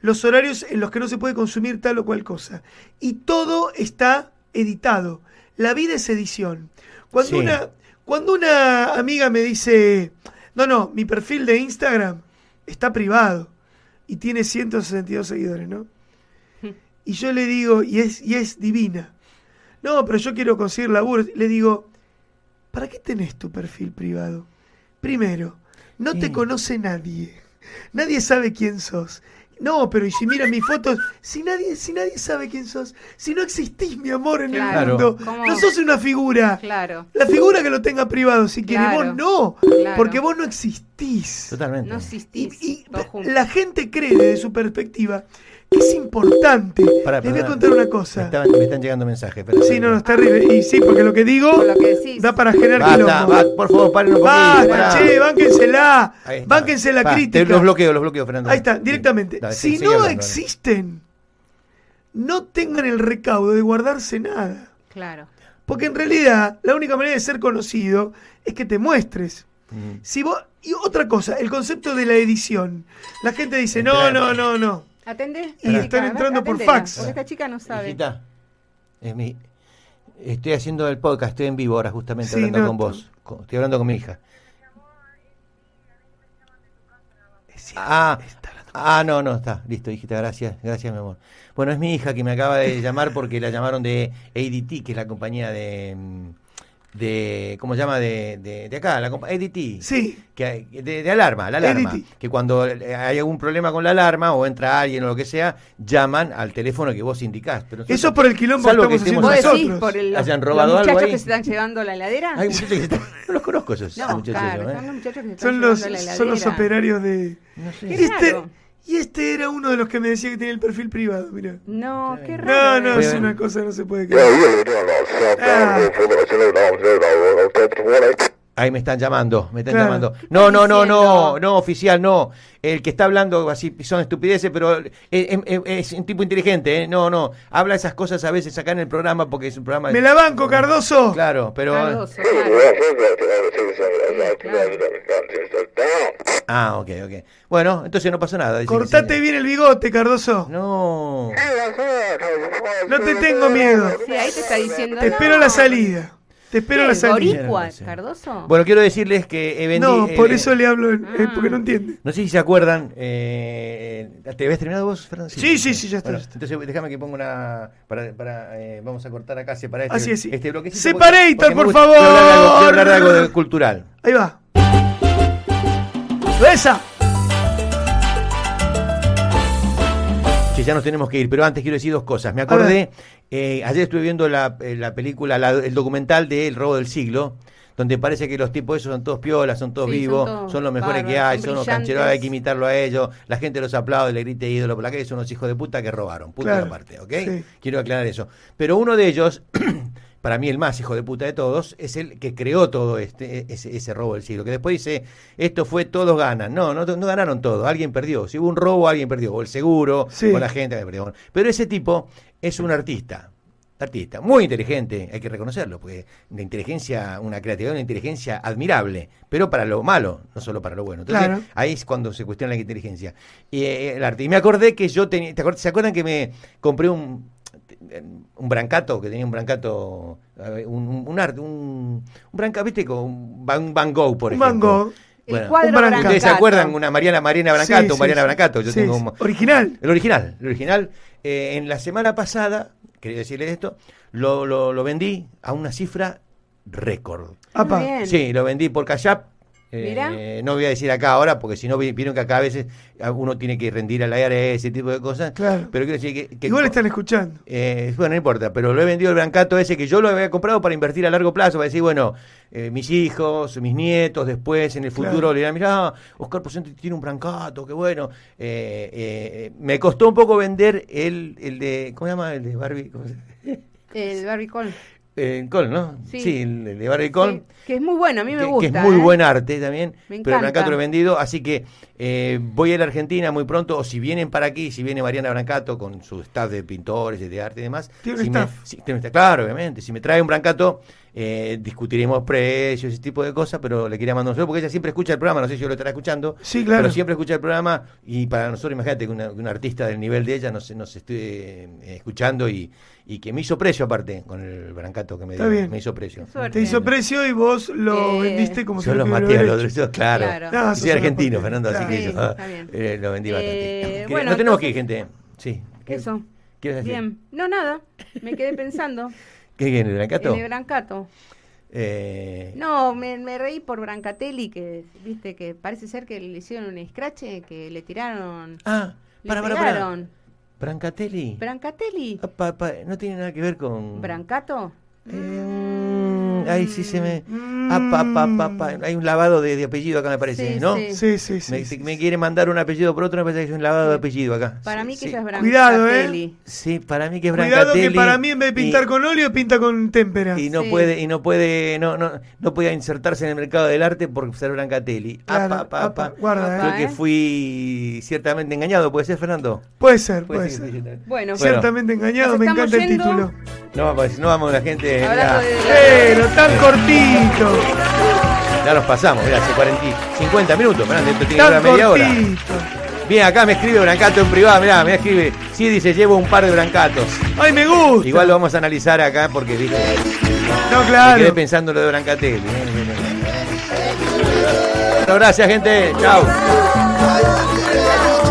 [SPEAKER 2] los horarios en los que no se puede consumir tal o cual cosa. Y todo está editado. La vida es edición. Cuando,
[SPEAKER 1] Sí.
[SPEAKER 2] una, cuando una amiga me dice, no, no, mi perfil de Instagram está privado y tiene 162 seguidores, ¿no? Y yo le digo, y es, y es divina. No, pero yo quiero conseguir laburo. Le digo, ¿para qué tenés tu perfil privado? Primero, no te conoce nadie. Nadie sabe quién sos. No, pero y si miran mis fotos, si nadie, si nadie sabe quién sos, si no existís, mi amor, en
[SPEAKER 4] Claro.
[SPEAKER 2] el mundo,
[SPEAKER 4] Claro.
[SPEAKER 2] no sos una figura.
[SPEAKER 4] Claro.
[SPEAKER 2] La figura que lo tenga privado, si quieres,
[SPEAKER 4] Claro.
[SPEAKER 2] vos no,
[SPEAKER 4] Claro.
[SPEAKER 2] porque vos no existís.
[SPEAKER 1] Totalmente.
[SPEAKER 4] No
[SPEAKER 2] Y,
[SPEAKER 4] existís.
[SPEAKER 2] y
[SPEAKER 4] todos juntos.
[SPEAKER 2] la gente cree desde su perspectiva que es importante.
[SPEAKER 1] Pará,
[SPEAKER 2] Les voy a
[SPEAKER 1] perdona.
[SPEAKER 2] contar una
[SPEAKER 1] Me,
[SPEAKER 2] cosa.
[SPEAKER 1] estaban- me están llegando mensajes. espera.
[SPEAKER 2] Sí, no, no, está terrible. Y sí, porque lo que digo
[SPEAKER 4] Por lo que decís.
[SPEAKER 2] da para generar
[SPEAKER 1] Basta,
[SPEAKER 2] quilombo.
[SPEAKER 1] va, por favor, paren un poquito. pará.
[SPEAKER 2] Basta, che, bánquensela.
[SPEAKER 1] Ahí está.
[SPEAKER 2] Bánquense la
[SPEAKER 1] Pa, te-
[SPEAKER 2] crítica.
[SPEAKER 1] los bloqueo, los bloqueo, Fernando.
[SPEAKER 2] Ahí está, directamente.
[SPEAKER 1] Dale,
[SPEAKER 2] si
[SPEAKER 1] sigue
[SPEAKER 2] no
[SPEAKER 1] hablando, dale.
[SPEAKER 2] existen, no tengan el recaudo de guardarse nada.
[SPEAKER 4] Claro.
[SPEAKER 2] Porque en realidad, la única manera de ser conocido es que te muestres.
[SPEAKER 1] Mm.
[SPEAKER 2] Si vos, y otra cosa, el concepto de la edición. La gente dice, no,
[SPEAKER 1] Entrar.
[SPEAKER 2] no, no, no.
[SPEAKER 4] Atendés.
[SPEAKER 2] Y
[SPEAKER 4] chica,
[SPEAKER 2] están
[SPEAKER 4] a ver,
[SPEAKER 2] entrando por
[SPEAKER 4] atendela,
[SPEAKER 2] fax.
[SPEAKER 4] Porque esta chica no sabe.
[SPEAKER 1] Hijita, es mi- estoy haciendo el podcast, estoy en vivo ahora justamente
[SPEAKER 2] Sí,
[SPEAKER 1] hablando
[SPEAKER 2] no,
[SPEAKER 1] con
[SPEAKER 2] tú-
[SPEAKER 1] vos. con- estoy hablando con mi hija.
[SPEAKER 2] Es cierto,
[SPEAKER 1] Ah,
[SPEAKER 2] está hablando.
[SPEAKER 1] ah, no, no, está. Listo, hijita, gracias, gracias, mi amor. Bueno, es mi hija que me acaba
[SPEAKER 2] (laughs)
[SPEAKER 1] de llamar porque la llamaron de ADT, que es la compañía de... mm, de ¿Cómo se llama? De, de, de acá, la compa- ADT.
[SPEAKER 2] Sí,
[SPEAKER 1] que de, de alarma, la alarma.
[SPEAKER 2] ADT.
[SPEAKER 1] Que cuando eh, hay algún problema con la alarma o entra alguien o lo que sea, llaman al teléfono que vos indicás. Pero nosotros-
[SPEAKER 2] eso por el quilombo que
[SPEAKER 1] salvo que
[SPEAKER 2] estamos haciendo
[SPEAKER 1] estemos-
[SPEAKER 4] ¿Vos
[SPEAKER 1] Bueno,
[SPEAKER 2] nosotros.
[SPEAKER 4] decís por el, los,
[SPEAKER 1] ¿Hayan
[SPEAKER 4] los
[SPEAKER 1] robado algo
[SPEAKER 4] muchachos
[SPEAKER 1] ahí?
[SPEAKER 4] que se están llevando la heladera?
[SPEAKER 1] Hay muchachos que
[SPEAKER 2] (laughs)
[SPEAKER 1] están- no los conozco esos
[SPEAKER 4] no,
[SPEAKER 1] muchachos.
[SPEAKER 4] claro,
[SPEAKER 1] ¿eh?
[SPEAKER 4] son los muchachos que se están
[SPEAKER 2] son, los,
[SPEAKER 4] llevando la heladera.
[SPEAKER 2] son los operarios de...
[SPEAKER 1] No sé.
[SPEAKER 4] Qué
[SPEAKER 2] Este-
[SPEAKER 4] raro.
[SPEAKER 2] y este era uno de los que me decía que tenía el perfil privado, mira.
[SPEAKER 4] No, qué
[SPEAKER 2] No,
[SPEAKER 4] raro. eh.
[SPEAKER 2] no,
[SPEAKER 4] es.
[SPEAKER 2] es
[SPEAKER 1] Bien.
[SPEAKER 2] una cosa que no se puede creer.
[SPEAKER 1] Ahí me están llamando, me están
[SPEAKER 2] Claro.
[SPEAKER 1] llamando.
[SPEAKER 4] ¿Qué
[SPEAKER 1] No,
[SPEAKER 4] estás
[SPEAKER 1] no, no, no,
[SPEAKER 4] diciendo?
[SPEAKER 1] no, oficial, no. El que está hablando así son estupideces, pero eh, es, es- es un tipo inteligente, ¿eh? No, no. Habla esas cosas a veces acá en el programa porque es un programa.
[SPEAKER 2] Me la banco, Cardoso.
[SPEAKER 1] Claro, pero.
[SPEAKER 4] Cardoso, claro. Sí, claro.
[SPEAKER 1] Ah, ok, ok. Bueno, entonces no pasó nada. dice que
[SPEAKER 2] Cortate
[SPEAKER 1] sí.
[SPEAKER 2] bien el bigote, Cardoso.
[SPEAKER 1] No.
[SPEAKER 4] Ah,
[SPEAKER 2] No te tengo miedo.
[SPEAKER 4] Sí, ahí te está diciendo.
[SPEAKER 2] Te
[SPEAKER 4] no.
[SPEAKER 2] espero la salida. Te espero
[SPEAKER 4] ¿Qué,
[SPEAKER 2] la salida.
[SPEAKER 4] boricua,
[SPEAKER 1] No sé.
[SPEAKER 4] Cardoso?
[SPEAKER 1] Bueno, quiero decirles que eh, vendí-
[SPEAKER 2] No,
[SPEAKER 1] eh,
[SPEAKER 2] por eso le hablo, en- eh,
[SPEAKER 4] Ah.
[SPEAKER 2] porque no entiende.
[SPEAKER 1] No sé si se acuerdan. eh, ¿Te habías terminado vos, Fernando?
[SPEAKER 2] Sí, sí, sí, ya está,
[SPEAKER 1] Bueno,
[SPEAKER 2] ya está.
[SPEAKER 1] Entonces, déjame que ponga una. Para, para, eh, vamos a cortar acá, separar este,
[SPEAKER 2] Así es, Ah, sí.
[SPEAKER 1] este bloquecito.
[SPEAKER 2] Separá,
[SPEAKER 1] porque-
[SPEAKER 2] Hitor,
[SPEAKER 1] porque me
[SPEAKER 2] por
[SPEAKER 1] gusta- Quiero hablar de algo, quiero hablar de algo
[SPEAKER 2] favor.
[SPEAKER 1] de cultural.
[SPEAKER 2] Ahí va. Esa.
[SPEAKER 1] Che, ya nos tenemos que ir, pero antes quiero decir dos cosas. Me
[SPEAKER 2] A
[SPEAKER 1] acordé,
[SPEAKER 2] ver.
[SPEAKER 1] eh, ayer estuve viendo la, eh, la película, la- el documental de El robo del siglo, donde parece que los tipos esos son todos piolas, son todos
[SPEAKER 4] Sí, son
[SPEAKER 1] vivos, son,
[SPEAKER 4] todos
[SPEAKER 1] los mejores que
[SPEAKER 4] bárbaros,
[SPEAKER 1] hay,
[SPEAKER 4] son
[SPEAKER 1] son los
[SPEAKER 4] brillantes.
[SPEAKER 1] cancheros, hay que imitarlo a ellos, la gente los aplaude, le grita ídolo por la calle, son unos hijos de puta que robaron, puta
[SPEAKER 2] Claro,
[SPEAKER 1] aparte, ¿ok?
[SPEAKER 2] sí.
[SPEAKER 1] Quiero aclarar eso. Pero uno de ellos, para mí el más hijo de puta de todos, es el que creó todo este, ese, ese robo del siglo. Que después dice, esto fue todos ganan. No, no, no ganaron todos, alguien perdió. Si hubo un robo, alguien perdió. O el seguro,
[SPEAKER 2] Sí.
[SPEAKER 1] o la gente, alguien perdió. Pero ese tipo es un artista. Artista, muy inteligente, hay que reconocerlo, porque una inteligencia, una creatividad, una inteligencia admirable, pero para lo malo, no solo para lo bueno. Entonces,
[SPEAKER 2] Claro.
[SPEAKER 1] ahí es cuando se cuestiona la inteligencia. Y eh, el arte. Y me acordé que yo tenía, ¿te acuerdas- ¿se acuerdan que me compré un, un brancato, que tenía un brancato, a ver, un, un, un arte, un, un brancato, viste, con un Van, un Van Gogh, por
[SPEAKER 2] Un
[SPEAKER 1] ejemplo.
[SPEAKER 2] mango.
[SPEAKER 1] Bueno,
[SPEAKER 4] el cuadro
[SPEAKER 2] un brancato.
[SPEAKER 1] ¿Ustedes se
[SPEAKER 4] brancato.
[SPEAKER 1] acuerdan? Una Mariana Mariana Brancato,
[SPEAKER 2] Sí, sí,
[SPEAKER 1] Mariana
[SPEAKER 2] sí.
[SPEAKER 1] Brancato. Yo
[SPEAKER 2] Sí,
[SPEAKER 1] tengo
[SPEAKER 2] sí.
[SPEAKER 1] un-
[SPEAKER 2] Original.
[SPEAKER 1] el original, el original. Eh, en la semana pasada, quería decirles esto, lo, lo, lo vendí a una cifra récord.
[SPEAKER 4] Muy
[SPEAKER 2] Apa.
[SPEAKER 1] Ah,
[SPEAKER 4] bien.
[SPEAKER 1] Sí, lo vendí por Callap Eh,
[SPEAKER 4] Mirá.
[SPEAKER 1] no voy a decir acá ahora, porque si no vi- vieron que acá a veces ah, uno tiene que rendir a la IRS, ese tipo de cosas.
[SPEAKER 2] Claro.
[SPEAKER 1] Pero quiero decir que. que-
[SPEAKER 2] Igual están escuchando.
[SPEAKER 1] Eh, bueno, no importa, pero lo he vendido el brancato ese que yo lo había comprado para invertir a largo plazo, para decir, bueno, eh, mis hijos, mis nietos, después, en el futuro,
[SPEAKER 2] Claro.
[SPEAKER 1] le dirán, mirá, Oscar Pocenti tiene un brancato, qué bueno. Eh, eh, me costó un poco vender el, el de, ¿cómo se llama? El de Barbie, ¿cómo se llama?
[SPEAKER 4] El barbicol.
[SPEAKER 1] Eh, Col, ¿no?
[SPEAKER 4] Sí.
[SPEAKER 1] el, el de Barbie Col
[SPEAKER 4] Sí, que es muy bueno, a mí me
[SPEAKER 1] que,
[SPEAKER 4] gusta.
[SPEAKER 1] que es muy
[SPEAKER 4] ¿eh?
[SPEAKER 1] buen arte también. pero
[SPEAKER 4] Me
[SPEAKER 1] el Brancato
[SPEAKER 4] encanta.
[SPEAKER 1] lo he vendido, así que eh, voy a la Argentina muy pronto, o si vienen para aquí, si viene Mariana Brancato con su staff de pintores, de arte y demás.
[SPEAKER 2] Tiene un
[SPEAKER 1] si me-
[SPEAKER 2] staff.
[SPEAKER 1] si- tiene un staff, claro, obviamente. Si me trae un Brancato, eh, discutiremos precios, ese tipo de cosas, pero le quería mandar un saludo, porque ella siempre escucha el programa, no sé si yo lo estará escuchando.
[SPEAKER 2] Sí, claro.
[SPEAKER 1] Pero siempre escucha el programa y para nosotros, imagínate que una, que una artista del nivel de ella nos, nos esté eh, escuchando y, y que me hizo precio aparte con el brancato que me
[SPEAKER 2] Está
[SPEAKER 1] dio.
[SPEAKER 2] bien.
[SPEAKER 1] Me hizo precio.
[SPEAKER 4] Qué suerte.
[SPEAKER 2] Te hizo precio y vos lo
[SPEAKER 4] Eh,
[SPEAKER 2] vendiste como
[SPEAKER 1] Yo
[SPEAKER 2] si
[SPEAKER 1] los
[SPEAKER 2] tuviera
[SPEAKER 1] maté a los
[SPEAKER 2] derecho.
[SPEAKER 1] derechos, claro.
[SPEAKER 4] Claro.
[SPEAKER 2] No,
[SPEAKER 1] Y
[SPEAKER 2] sos
[SPEAKER 1] soy
[SPEAKER 2] una
[SPEAKER 1] argentino,
[SPEAKER 2] porquería.
[SPEAKER 1] Fernando, así
[SPEAKER 2] Claro.
[SPEAKER 1] que
[SPEAKER 4] Sí,
[SPEAKER 1] yo
[SPEAKER 4] está bien.
[SPEAKER 1] eh, lo vendí
[SPEAKER 4] Eh,
[SPEAKER 1] bastante. Que-
[SPEAKER 4] bueno,
[SPEAKER 1] no tenemos
[SPEAKER 4] entonces-
[SPEAKER 1] que ir, gente. Sí. ¿Qué-
[SPEAKER 4] Eso.
[SPEAKER 1] ¿Quieres decir?
[SPEAKER 4] Bien. No, nada. Me quedé
[SPEAKER 1] (laughs)
[SPEAKER 4] pensando.
[SPEAKER 1] ¿Qué viene, el brancato?
[SPEAKER 4] En el Brancato.
[SPEAKER 1] Eh,
[SPEAKER 4] No, me, me reí por Brancatelli, que viste que parece ser que le hicieron un escrache, que le tiraron.
[SPEAKER 1] Ah,
[SPEAKER 4] le
[SPEAKER 1] para, para, para.
[SPEAKER 4] pegaron.
[SPEAKER 1] Brancatelli.
[SPEAKER 4] ¿Brancatelli?
[SPEAKER 1] Ah, pa- pa- no tiene nada que ver con.
[SPEAKER 4] ¿Brancato?
[SPEAKER 1] Eh, mm, Ay, sí se me.
[SPEAKER 2] Mm.
[SPEAKER 1] Ah, pa, pa, pa, pa. Hay un lavado de, de apellido acá, me parece,
[SPEAKER 4] Sí,
[SPEAKER 1] ¿no?
[SPEAKER 4] sí.
[SPEAKER 2] Sí, sí, sí.
[SPEAKER 1] Me,
[SPEAKER 2] sí.
[SPEAKER 1] me quiere mandar un apellido por otro, me parece que es un lavado de
[SPEAKER 4] Sí.
[SPEAKER 1] apellido acá.
[SPEAKER 4] Para
[SPEAKER 1] Sí,
[SPEAKER 4] mí que
[SPEAKER 1] sí.
[SPEAKER 4] ella es Brancatelli.
[SPEAKER 2] Cuidado, ¿eh?
[SPEAKER 1] Sí, para mí que es
[SPEAKER 2] Cuidado
[SPEAKER 1] Brancatelli.
[SPEAKER 2] que para mí en vez de pintar
[SPEAKER 1] y-
[SPEAKER 2] con óleo, pinta con témpera.
[SPEAKER 1] y no
[SPEAKER 4] Sí.
[SPEAKER 1] puede y no puede no no no podía insertarse en el mercado del arte por ser Brancatelli
[SPEAKER 2] Claro,
[SPEAKER 1] Apa, apa,
[SPEAKER 2] apa,
[SPEAKER 1] apa.
[SPEAKER 2] guarda,
[SPEAKER 1] creo
[SPEAKER 4] Apa,
[SPEAKER 1] que
[SPEAKER 4] ¿eh?
[SPEAKER 1] fui ciertamente engañado puede ser Fernando
[SPEAKER 2] Puede ser, puede
[SPEAKER 1] ¿Puede ser
[SPEAKER 2] ser.
[SPEAKER 1] que estoy ciertamente-
[SPEAKER 4] Bueno,
[SPEAKER 1] Bueno.
[SPEAKER 2] Ciertamente engañado,
[SPEAKER 4] Nos
[SPEAKER 2] me
[SPEAKER 4] estamos
[SPEAKER 2] encanta el
[SPEAKER 4] yendo.
[SPEAKER 2] título.
[SPEAKER 1] no vamos no vamos la gente ya,
[SPEAKER 4] hablando de.
[SPEAKER 2] Pero tan cortito,
[SPEAKER 1] ya los pasamos mira hace 40 y 50 minutos mirá, esto tiene que durar
[SPEAKER 2] tan
[SPEAKER 1] media hora
[SPEAKER 2] cortito.
[SPEAKER 1] bien acá me escribe Brancato en privado mirá, me escribe sí dice llevo un par de Brancatos
[SPEAKER 2] Ay, me gusta.
[SPEAKER 1] igual lo vamos a analizar acá porque dije
[SPEAKER 2] No,
[SPEAKER 1] me quedé
[SPEAKER 2] claro.
[SPEAKER 1] pensando lo de Brancatelli ¿eh? Bueno, gracias gente chao
[SPEAKER 3] Thank